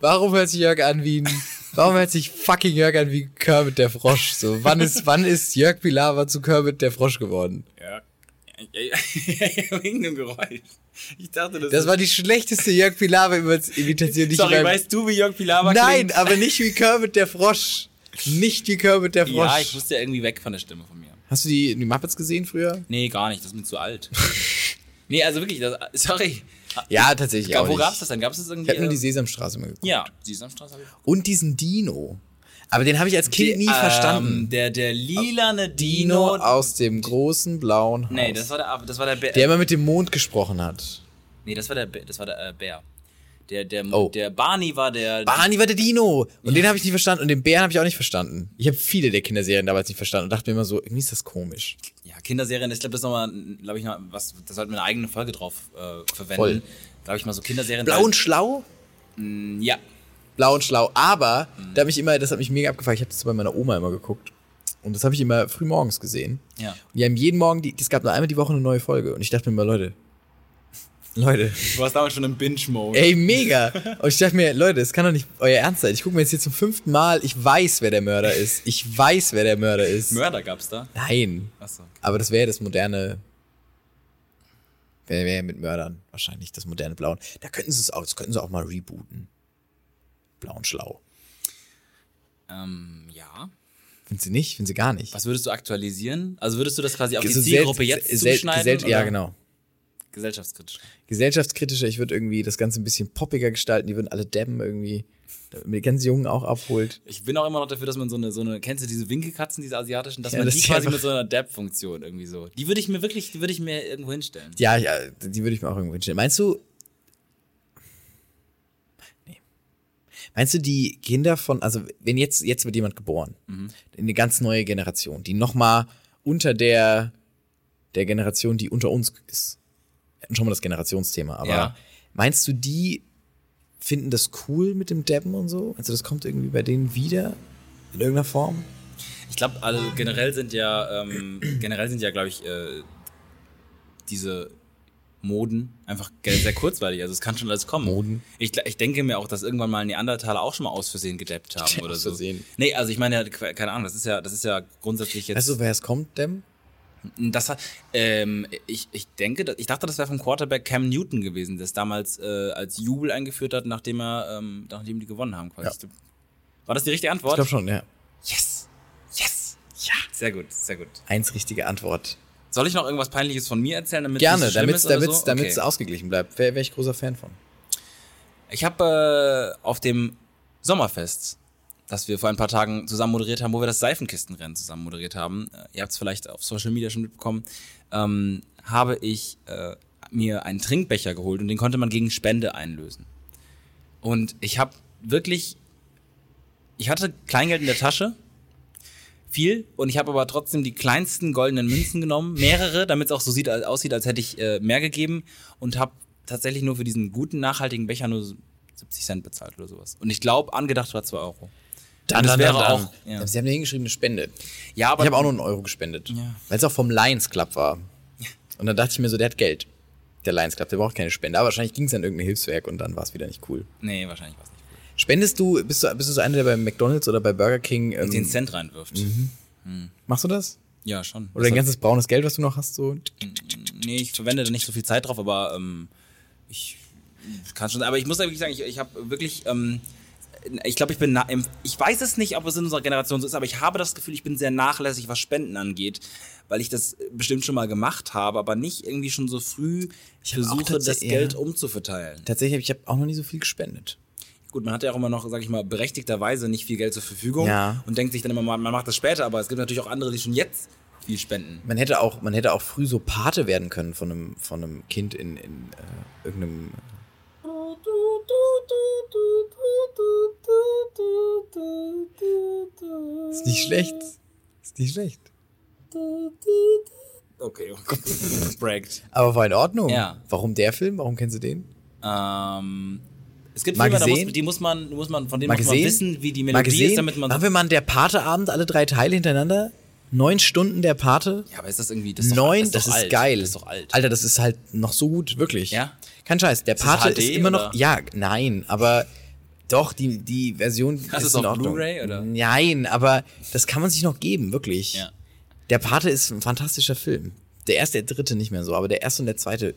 [SPEAKER 2] Warum hört sich Jörg an wie ein, warum hört sich fucking Jörg an wie Kermit der Frosch? So, wann ist, wann ist Jörg Pilawa zu Kermit der Frosch geworden?
[SPEAKER 3] Ja. <laughs> Wegen dem Geräusch. Ich dachte, das,
[SPEAKER 2] Das war die schlechteste Jörg Pilawa Imitation, die ich
[SPEAKER 3] Sorry,
[SPEAKER 2] in meinem-
[SPEAKER 3] weißt du, wie Jörg Pilawa
[SPEAKER 2] Nein,
[SPEAKER 3] klingt?
[SPEAKER 2] aber nicht wie Kermit der Frosch. Nicht wie Kermit der Frosch.
[SPEAKER 3] Ja, ich musste ja irgendwie weg von der Stimme von mir.
[SPEAKER 2] Hast du die, die Muppets gesehen früher?
[SPEAKER 3] Nee, gar nicht, das ist mir
[SPEAKER 2] <laughs>
[SPEAKER 3] zu alt. nee, also wirklich, das, sorry.
[SPEAKER 2] Ja, tatsächlich.
[SPEAKER 3] Wo gab's das denn? Gab's das
[SPEAKER 2] Ich
[SPEAKER 3] irgendwie?
[SPEAKER 2] habe nur die ähm,
[SPEAKER 3] äh,
[SPEAKER 2] Sesamstraße mal geguckt.
[SPEAKER 3] ja, Sesamstraße habe ich.
[SPEAKER 2] Und diesen Dino. Aber den habe ich als Kind nie
[SPEAKER 3] Ähm,
[SPEAKER 2] verstanden.
[SPEAKER 3] Der, der lilane
[SPEAKER 2] Dino
[SPEAKER 3] Dino.
[SPEAKER 2] aus dem großen blauen Haus.
[SPEAKER 3] nee, das war der, das war der, Bär.
[SPEAKER 2] der immer mit dem Mond gesprochen hat.
[SPEAKER 3] Nee, das war der, Bär- das war der äh, Bär. Der, der,
[SPEAKER 2] Oh.
[SPEAKER 3] der Barney war der.
[SPEAKER 2] Barney war der Dino. Und den habe ich nie verstanden. Und den Bären habe ich auch nicht verstanden. Ich habe viele der Kinderserien damals nicht verstanden und dachte mir immer so, irgendwie ist das komisch.
[SPEAKER 3] ja, Kinderserien, ich glaube, das ist nochmal, glaube ich, noch was, da sollten wir eine eigene Folge drauf äh,
[SPEAKER 2] Voll.
[SPEAKER 3] verwenden. Glaube ich mal, so Kinderserien.
[SPEAKER 2] Blau und schlau?
[SPEAKER 3] Ja.
[SPEAKER 2] Blau und schlau. Aber da hab ich immer, das hat mich mega abgefallen. Ich habe das bei meiner Oma immer geguckt. Und das habe ich immer früh morgens gesehen.
[SPEAKER 3] Ja.
[SPEAKER 2] Und die haben jeden Morgen, die, es gab nur einmal die Woche eine neue Folge. Und ich dachte mir immer, Leute, Leute.
[SPEAKER 3] Du warst damals schon im Binge-Mode.
[SPEAKER 2] Ey, mega. Und ich dachte mir, Leute, es kann doch nicht euer Ernst sein. Ich gucke mir jetzt hier zum fünften Mal, ich weiß, wer der Mörder ist. Ich weiß, wer der Mörder ist.
[SPEAKER 3] Mörder gab's da.
[SPEAKER 2] Nein.
[SPEAKER 3] Achso. okay.
[SPEAKER 2] Aber das wäre das moderne. Wäre wär mit Mördern wahrscheinlich das moderne Blauen. Da könnten sie es auch, das könnten sie auch mal rebooten. Blauen schlau.
[SPEAKER 3] Ähm, ja.
[SPEAKER 2] Finden sie nicht, finden sie gar nicht.
[SPEAKER 3] Was würdest du aktualisieren? Also würdest du das quasi auf die
[SPEAKER 2] So
[SPEAKER 3] Zielgruppe
[SPEAKER 2] sel-
[SPEAKER 3] jetzt
[SPEAKER 2] sel-
[SPEAKER 3] zuschneiden?
[SPEAKER 2] gesell- ja,
[SPEAKER 3] oder?
[SPEAKER 2] genau.
[SPEAKER 3] Gesellschaftskritisch.
[SPEAKER 2] Gesellschaftskritischer, ich würde irgendwie das Ganze ein bisschen poppiger gestalten, die würden alle dämmen irgendwie, damit man die ganz Jungen auch abholt.
[SPEAKER 3] Ich bin auch immer noch dafür, dass man so eine, so eine, kennst du diese Winkelkatzen, diese asiatischen, dass
[SPEAKER 2] Ja,
[SPEAKER 3] man
[SPEAKER 2] das
[SPEAKER 3] die
[SPEAKER 2] ist
[SPEAKER 3] quasi
[SPEAKER 2] einfach-
[SPEAKER 3] mit so einer Dab-Funktion irgendwie so. Die würde ich mir wirklich, die würde ich mir irgendwo hinstellen.
[SPEAKER 2] Ja, ja, die würde ich mir auch irgendwie wünschen. Meinst du. Nee. Meinst du, die Kinder von, also wenn jetzt, jetzt wird jemand geboren,
[SPEAKER 3] Mhm.
[SPEAKER 2] eine ganz neue Generation, die nochmal unter der, der Generation, die unter uns ist. Wir hatten schon mal das Generationsthema, aber
[SPEAKER 3] Ja.
[SPEAKER 2] meinst du, die finden das cool mit dem Debben und so? Also das kommt irgendwie bei denen wieder in irgendeiner Form?
[SPEAKER 3] Ich glaube, also generell sind ja, ähm, generell sind ja, glaube ich, äh, diese Moden einfach ge- sehr kurzweilig. Also es kann schon alles kommen.
[SPEAKER 2] Moden?
[SPEAKER 3] Ich, gl- ich denke mir auch, dass irgendwann mal Neandertaler auch schon mal aus Versehen gedappt haben oder
[SPEAKER 2] Aus
[SPEAKER 3] so.
[SPEAKER 2] Versehen.
[SPEAKER 3] Nee, also ich meine, ja, ke- keine Ahnung, das ist ja, das ist ja grundsätzlich jetzt.
[SPEAKER 2] Weißt du, Also, woher es kommt, Dem?
[SPEAKER 3] Das hat, ähm, ich, ich denke, dass- ich dachte, das wäre vom Quarterback Cam Newton gewesen, das damals äh, als Jubel eingeführt hat, nachdem er, ähm, nachdem die gewonnen haben quasi. War das die richtige
[SPEAKER 2] Ich
[SPEAKER 3] Antwort?
[SPEAKER 2] glaube schon, ja.
[SPEAKER 3] Yes! Yes! Ja! Sehr gut, sehr gut.
[SPEAKER 2] Eins richtige Antwort.
[SPEAKER 3] Soll ich noch irgendwas Peinliches von mir erzählen, damit es
[SPEAKER 2] Gerne,
[SPEAKER 3] nicht so schlimm
[SPEAKER 2] damit
[SPEAKER 3] ist
[SPEAKER 2] es
[SPEAKER 3] oder
[SPEAKER 2] damit's,
[SPEAKER 3] so?
[SPEAKER 2] damit's
[SPEAKER 3] okay.
[SPEAKER 2] ausgeglichen bleibt. Wäre wär ich großer Fan von.
[SPEAKER 3] Ich habe äh, auf dem Sommerfest, das wir vor ein paar Tagen zusammen moderiert haben, wo wir das Seifenkistenrennen zusammen moderiert haben, äh, ihr habt es vielleicht auf Social Media schon mitbekommen, ähm, habe ich äh, mir einen Trinkbecher geholt und den konnte man gegen Spende einlösen. Und ich habe wirklich, ich hatte Kleingeld in der Tasche, viel, und ich habe aber trotzdem die kleinsten goldenen Münzen genommen, mehrere, damit es auch so sieht, als- aussieht, als hätte ich äh, mehr gegeben und habe tatsächlich nur für diesen guten, nachhaltigen Becher nur so 70 Cent bezahlt oder sowas. Und ich glaube, angedacht war 2 Euro.
[SPEAKER 2] Dann,
[SPEAKER 3] das wäre auch-
[SPEAKER 2] Ja.
[SPEAKER 3] ja.
[SPEAKER 2] Sie haben da hingeschrieben, eine Spende.
[SPEAKER 3] Ja, aber
[SPEAKER 2] ich habe auch nur einen Euro gespendet.
[SPEAKER 3] Ja.
[SPEAKER 2] Weil es auch vom Lions Club war. Und dann dachte ich mir so, der hat Geld. Der Lions Club, der braucht keine Spende. Aber wahrscheinlich ging es an irgendein Hilfswerk und dann war es wieder nicht cool.
[SPEAKER 3] Nee, wahrscheinlich war es nicht.
[SPEAKER 2] Spendest du, bist du, bist du so einer, der bei McDonalds oder bei Burger King. Ähm,
[SPEAKER 3] 10 Cent reinwirft.
[SPEAKER 2] Machst du das?
[SPEAKER 3] Ja, schon.
[SPEAKER 2] Mhm. Oder dein
[SPEAKER 3] Das
[SPEAKER 2] ganzes braunes Geld, was du noch hast? So?
[SPEAKER 3] hat- nee, ich verwende da nicht so viel Zeit drauf, aber ähm, ich kann schon. Aber ich muss da wirklich sagen, ich, ich habe wirklich. Ähm, ich glaube, ich bin. Na im- ich weiß es nicht, ob es in unserer Generation so ist, aber ich habe das Gefühl, ich bin sehr nachlässig, was Spenden angeht, weil ich das bestimmt schon mal gemacht habe, aber nicht irgendwie schon so früh ich
[SPEAKER 2] hab auch
[SPEAKER 3] versuche, das
[SPEAKER 2] tatsächlich-
[SPEAKER 3] Geld
[SPEAKER 2] ja.
[SPEAKER 3] umzuverteilen.
[SPEAKER 2] Tatsächlich, hab ich habe auch noch nie so viel gespendet.
[SPEAKER 3] Gut, man hat ja auch immer noch, sag ich mal, berechtigterweise nicht viel Geld zur Verfügung
[SPEAKER 2] Ja.
[SPEAKER 3] und denkt sich dann immer, man, man macht das später, aber es gibt natürlich auch andere, die schon jetzt viel spenden.
[SPEAKER 2] Man hätte auch, man hätte auch früh so Pate werden können von einem, von einem Kind in, in äh, irgendeinem. Ist nicht schlecht. Ist nicht schlecht.
[SPEAKER 3] Okay, oh Gott. <laughs> Bragged.
[SPEAKER 2] Aber war in Ordnung.
[SPEAKER 3] Ja.
[SPEAKER 2] Warum der Film? Warum kennst du den?
[SPEAKER 3] Ähm, es gibt
[SPEAKER 2] Mal
[SPEAKER 3] Filme, da muss,
[SPEAKER 2] gesehen?
[SPEAKER 3] die muss man, muss man, von denen
[SPEAKER 2] Mal
[SPEAKER 3] muss man
[SPEAKER 2] gesehen?
[SPEAKER 3] wissen, wie die
[SPEAKER 2] Mal
[SPEAKER 3] Melodie
[SPEAKER 2] gesehen?
[SPEAKER 3] ist, damit man.
[SPEAKER 2] Haben wir mal einen der Pate-Abend, alle drei Teile hintereinander? Neun Stunden der Pate?
[SPEAKER 3] ja, aber ist das irgendwie. Das ist doch,
[SPEAKER 2] Neun,
[SPEAKER 3] das ist, doch alt.
[SPEAKER 2] geil.
[SPEAKER 3] Das ist doch alt.
[SPEAKER 2] Alter, das ist halt noch so gut, wirklich.
[SPEAKER 3] Ja?
[SPEAKER 2] Kein Scheiß. Der
[SPEAKER 3] das
[SPEAKER 2] Pate ist,
[SPEAKER 3] HD
[SPEAKER 2] immer noch.
[SPEAKER 3] oder?
[SPEAKER 2] Ja, nein, aber doch, die, die Version.
[SPEAKER 3] Das ist
[SPEAKER 2] in
[SPEAKER 3] auf
[SPEAKER 2] Ordnung.
[SPEAKER 3] Blu-ray, oder?
[SPEAKER 2] Nein, aber das kann man sich noch geben, wirklich.
[SPEAKER 3] Ja.
[SPEAKER 2] Der Pate ist ein fantastischer Film. Der erste, der dritte nicht mehr so, aber der erste und der zweite.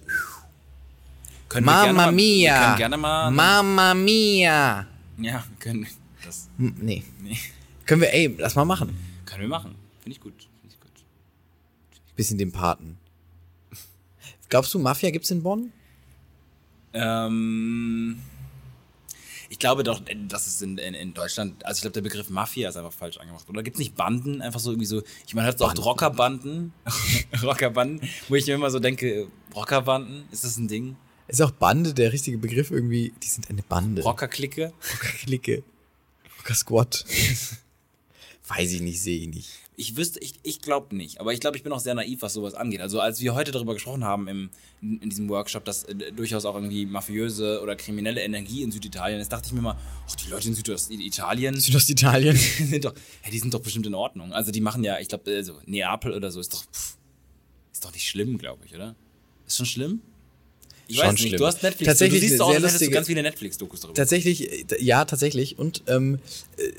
[SPEAKER 3] Können wir gerne
[SPEAKER 2] Mamma
[SPEAKER 3] mal-
[SPEAKER 2] mia!
[SPEAKER 3] Wir können gerne mal. ne?
[SPEAKER 2] Mamma mia!
[SPEAKER 3] ja, <laughs> können, das
[SPEAKER 2] Hm, Nee.
[SPEAKER 3] Nee.
[SPEAKER 2] Können wir, ey, lass mal machen.
[SPEAKER 3] können wir machen. Finde ich gut. Finde ich gut.
[SPEAKER 2] Bisschen den Paten. Glaubst du, Mafia gibt's in Bonn?
[SPEAKER 3] Ähm, ich glaube doch, das ist in, in, in Deutschland, also ich glaube, der Begriff Mafia ist einfach falsch angemacht. Oder gibt es nicht Banden, einfach so irgendwie so, ich meine, hört auch
[SPEAKER 2] Banden.
[SPEAKER 3] Rockerbanden, <laughs> Rockerbanden, wo ich mir immer so denke, Rockerbanden, ist das ein Ding?
[SPEAKER 2] Ist auch Bande der richtige Begriff irgendwie? Die sind eine Bande.
[SPEAKER 3] Rockerklicke?
[SPEAKER 2] Rockerklicke. Rocker
[SPEAKER 3] <laughs>
[SPEAKER 2] Squad. Weiß ich nicht, sehe ich nicht.
[SPEAKER 3] Ich wüsste, ich, ich glaube nicht, aber ich glaube, ich bin auch sehr naiv, was sowas angeht. Also als wir heute darüber gesprochen haben im, in, in diesem Workshop, dass äh, durchaus auch irgendwie mafiöse oder kriminelle Energie in Süditalien ist, dachte ich mir mal, ach, die Leute in Süditalien,
[SPEAKER 2] Südostitalien.
[SPEAKER 3] Die <laughs> sind doch, hä, die sind doch bestimmt in Ordnung. Also die machen ja, ich glaube, also Neapel oder so ist doch, pff, ist doch nicht schlimm, glaube ich, oder? Ist schon schlimm? Ich
[SPEAKER 2] schon
[SPEAKER 3] weiß nicht,
[SPEAKER 2] schlimm.
[SPEAKER 3] du hast Netflix.
[SPEAKER 2] Tatsächlich
[SPEAKER 3] du siehst so
[SPEAKER 2] eine
[SPEAKER 3] aus,
[SPEAKER 2] sehr
[SPEAKER 3] als hättest du
[SPEAKER 2] lustige-
[SPEAKER 3] ganz viele Netflix-Dokus drüber.
[SPEAKER 2] Tatsächlich, äh, ja, tatsächlich. Und ähm, äh,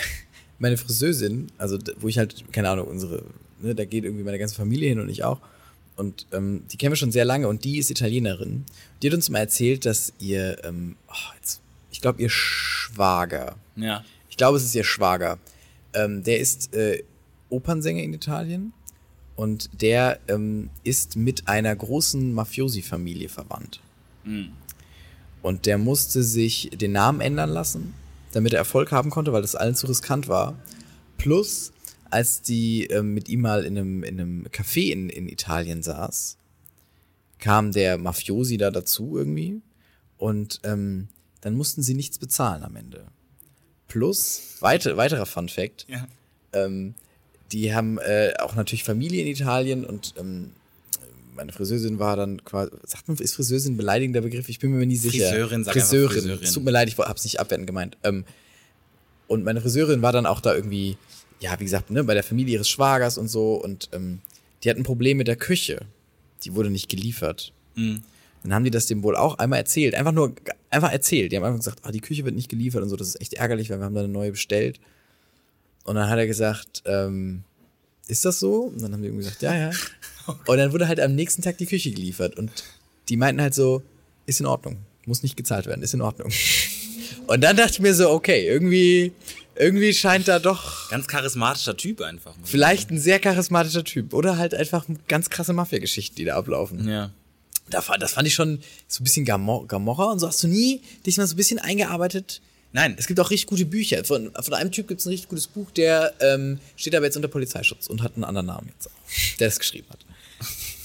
[SPEAKER 2] <laughs> meine Friseusin, also d- wo ich halt, keine Ahnung, unsere, ne, da geht irgendwie meine ganze Familie hin und ich auch. Und ähm, die kennen wir schon sehr lange und die ist Italienerin. Die hat uns mal erzählt, dass ihr, ähm, oh, jetzt, ich glaube, ihr Schwager,
[SPEAKER 3] Ja.
[SPEAKER 2] ich glaube, es ist ihr Schwager. Ähm, der ist äh, Opernsänger in Italien und der ähm, ist mit einer großen Mafiosi-Familie verwandt. Und der musste sich den Namen ändern lassen, damit er Erfolg haben konnte, weil das allen zu riskant war. Plus, als die ähm, mit ihm mal in einem, in einem Café in, in Italien saß, kam der Mafiosi da dazu irgendwie und ähm, dann mussten sie nichts bezahlen am Ende. Plus, weite, weiterer Fun Fact,
[SPEAKER 3] ja.
[SPEAKER 2] ähm, die haben äh, auch natürlich Familie in Italien und ähm, meine Friseurin war dann quasi, sagt man, ist Friseurin ein beleidigender Begriff? Ich bin mir nicht sicher.
[SPEAKER 3] Friseurin, sag einfach
[SPEAKER 2] Friseurin.
[SPEAKER 3] Friseurin.
[SPEAKER 2] Es tut mir leid, ich hab's nicht abwertend gemeint. Ähm, und meine Friseurin war dann auch da irgendwie, ja, wie gesagt, ne, bei der Familie ihres Schwagers und so und ähm, die hatten ein Problem mit der Küche. Die wurde nicht geliefert.
[SPEAKER 3] Mhm.
[SPEAKER 2] Dann haben die das dem wohl auch einmal erzählt. Einfach nur, einfach erzählt. Die haben einfach gesagt, ah, die Küche wird nicht geliefert und so, das ist echt ärgerlich, weil wir haben da eine neue bestellt. Und dann hat er gesagt, ähm, ist das so? Und dann haben die irgendwie gesagt, ja, ja. Und dann wurde halt am nächsten Tag die Küche geliefert. Und die meinten halt so, ist in Ordnung. Muss nicht gezahlt werden, ist in Ordnung. Und dann dachte ich mir so, okay, irgendwie, irgendwie scheint da doch
[SPEAKER 3] Ganz charismatischer Typ einfach. muss ich
[SPEAKER 2] vielleicht ein sehr charismatischer Typ. Oder halt einfach ganz krasse Mafia-Geschichten, die da ablaufen.
[SPEAKER 3] sagen. Ja.
[SPEAKER 2] Da fa- Das fand ich schon so ein bisschen Gamo- Gamorra und so. Hast du nie dich mal so ein bisschen eingearbeitet?
[SPEAKER 3] Nein,
[SPEAKER 2] Es gibt auch richtig gute Bücher. Von, von einem Typ gibt es ein richtig gutes Buch, der ähm, steht aber jetzt unter Polizeischutz und hat einen anderen Namen jetzt auch, der es geschrieben hat.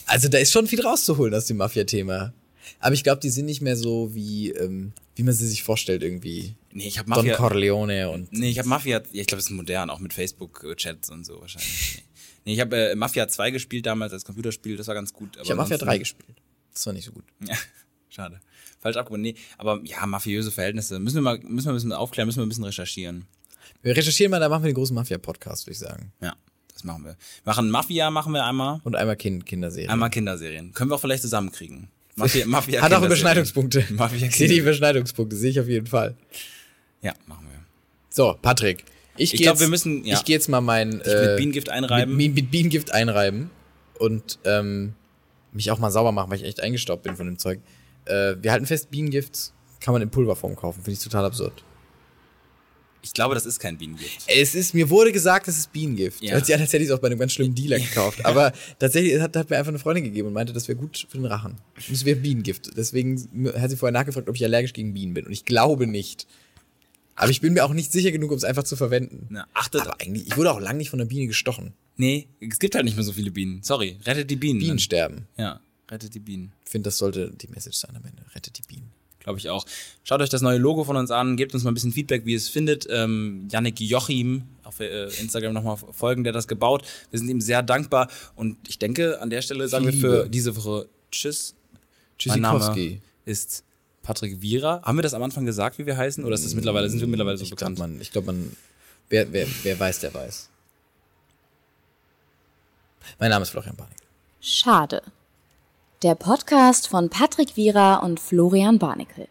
[SPEAKER 2] Also da ist schon viel rauszuholen aus dem Mafia-Thema. Aber ich glaube, die sind nicht mehr so, wie, ähm, wie man sie sich vorstellt irgendwie.
[SPEAKER 3] nee, ich habe
[SPEAKER 2] Don
[SPEAKER 3] Mafia.
[SPEAKER 2] Corleone und
[SPEAKER 3] Nee, ich habe Mafia. Ja, ich glaube, es ist modern, auch mit Facebook-Chats und so wahrscheinlich.
[SPEAKER 2] <laughs>
[SPEAKER 3] Nee. Nee, ich habe äh, Mafia 2 gespielt damals als Computerspiel, das war ganz gut.
[SPEAKER 2] ich habe Mafia 3 gespielt. Das war nicht so gut.
[SPEAKER 3] Ja, <laughs> schade. Falsch abgehoben. Nee, aber ja, mafiöse Verhältnisse. Müssen wir mal müssen wir ein bisschen aufklären, müssen wir ein bisschen recherchieren.
[SPEAKER 2] Wir recherchieren mal, da machen wir den großen Mafia-Podcast, würde ich sagen.
[SPEAKER 3] Ja, das machen wir. Wir machen Mafia, machen wir einmal.
[SPEAKER 2] Und einmal kind Kinderserie.
[SPEAKER 3] Einmal Kinderserien. Können wir auch vielleicht zusammenkriegen.
[SPEAKER 2] <laughs>
[SPEAKER 3] Mafia, Mafia
[SPEAKER 2] Hat auch
[SPEAKER 3] Kinderserien. <laughs>
[SPEAKER 2] Überschneidungspunkte.
[SPEAKER 3] Mafia
[SPEAKER 2] Ich <laughs> sehe die
[SPEAKER 3] Kinder.
[SPEAKER 2] Überschneidungspunkte, sehe ich auf jeden Fall.
[SPEAKER 3] Ja, machen wir.
[SPEAKER 2] So, Patrick. Ich,
[SPEAKER 3] Ich
[SPEAKER 2] gehe
[SPEAKER 3] glaub,
[SPEAKER 2] jetzt-
[SPEAKER 3] wir müssen- ja.
[SPEAKER 2] Ich gehe jetzt mal mein. Dich
[SPEAKER 3] mit Bienengift einreiben.
[SPEAKER 2] Mit, mit Bienengift einreiben. Und ähm, mich auch mal sauber machen, weil ich echt eingestaubt bin von dem Zeug. Äh, wir halten fest, Bienengift kann man in Pulverform kaufen. Finde ich total absurd.
[SPEAKER 3] Ich glaube, das ist kein Bienengift.
[SPEAKER 2] Es ist, mir wurde gesagt, es ist Bienengift.
[SPEAKER 3] Ja.
[SPEAKER 2] Hört sich an, als hätte ich es auch bei einem ganz schlimmen Dealer gekauft. Aber tatsächlich hat, hat mir einfach eine Freundin gegeben und meinte, das wäre gut für den Rachen. Das wäre Bienengift. Deswegen hat sie vorher nachgefragt, ob ich allergisch gegen Bienen bin. Und ich glaube nicht. Aber ich bin mir auch nicht sicher genug, um es einfach zu verwenden.
[SPEAKER 3] Na, achtet.
[SPEAKER 2] Aber eigentlich, ich wurde auch lange nicht von einer Biene gestochen.
[SPEAKER 3] nee, es gibt halt nicht mehr so viele Bienen. Sorry, rettet die Bienen.
[SPEAKER 2] Bienen sterben.
[SPEAKER 3] Ja, rettet die Bienen.
[SPEAKER 2] Ich finde, das sollte die Message sein am Ende. Rettet die Bienen.
[SPEAKER 3] Glaube ich auch. Schaut euch das neue Logo von uns an, gebt uns mal ein bisschen Feedback, wie ihr es findet. Ähm, Yannick Jochim auf äh, Instagram nochmal folgen, der hat das gebaut. Wir sind ihm sehr dankbar und ich denke, an der Stelle sagen wir für
[SPEAKER 2] Liebe.
[SPEAKER 3] diese Woche Tschüss. Mein Name
[SPEAKER 2] Tschüssikowski.
[SPEAKER 3] ist Patrick Wierer. Haben wir das am Anfang gesagt, wie wir heißen? Oder ist das mittlerweile, sind wir mittlerweile so
[SPEAKER 2] Ich glaube,
[SPEAKER 3] bekannt?
[SPEAKER 2] man, ich glaub, man wer, wer, wer weiß, der weiß. Mein Name ist Florian Barnick.
[SPEAKER 1] Schade. Der Podcast von Patrick Wierer und Florian Barnikel.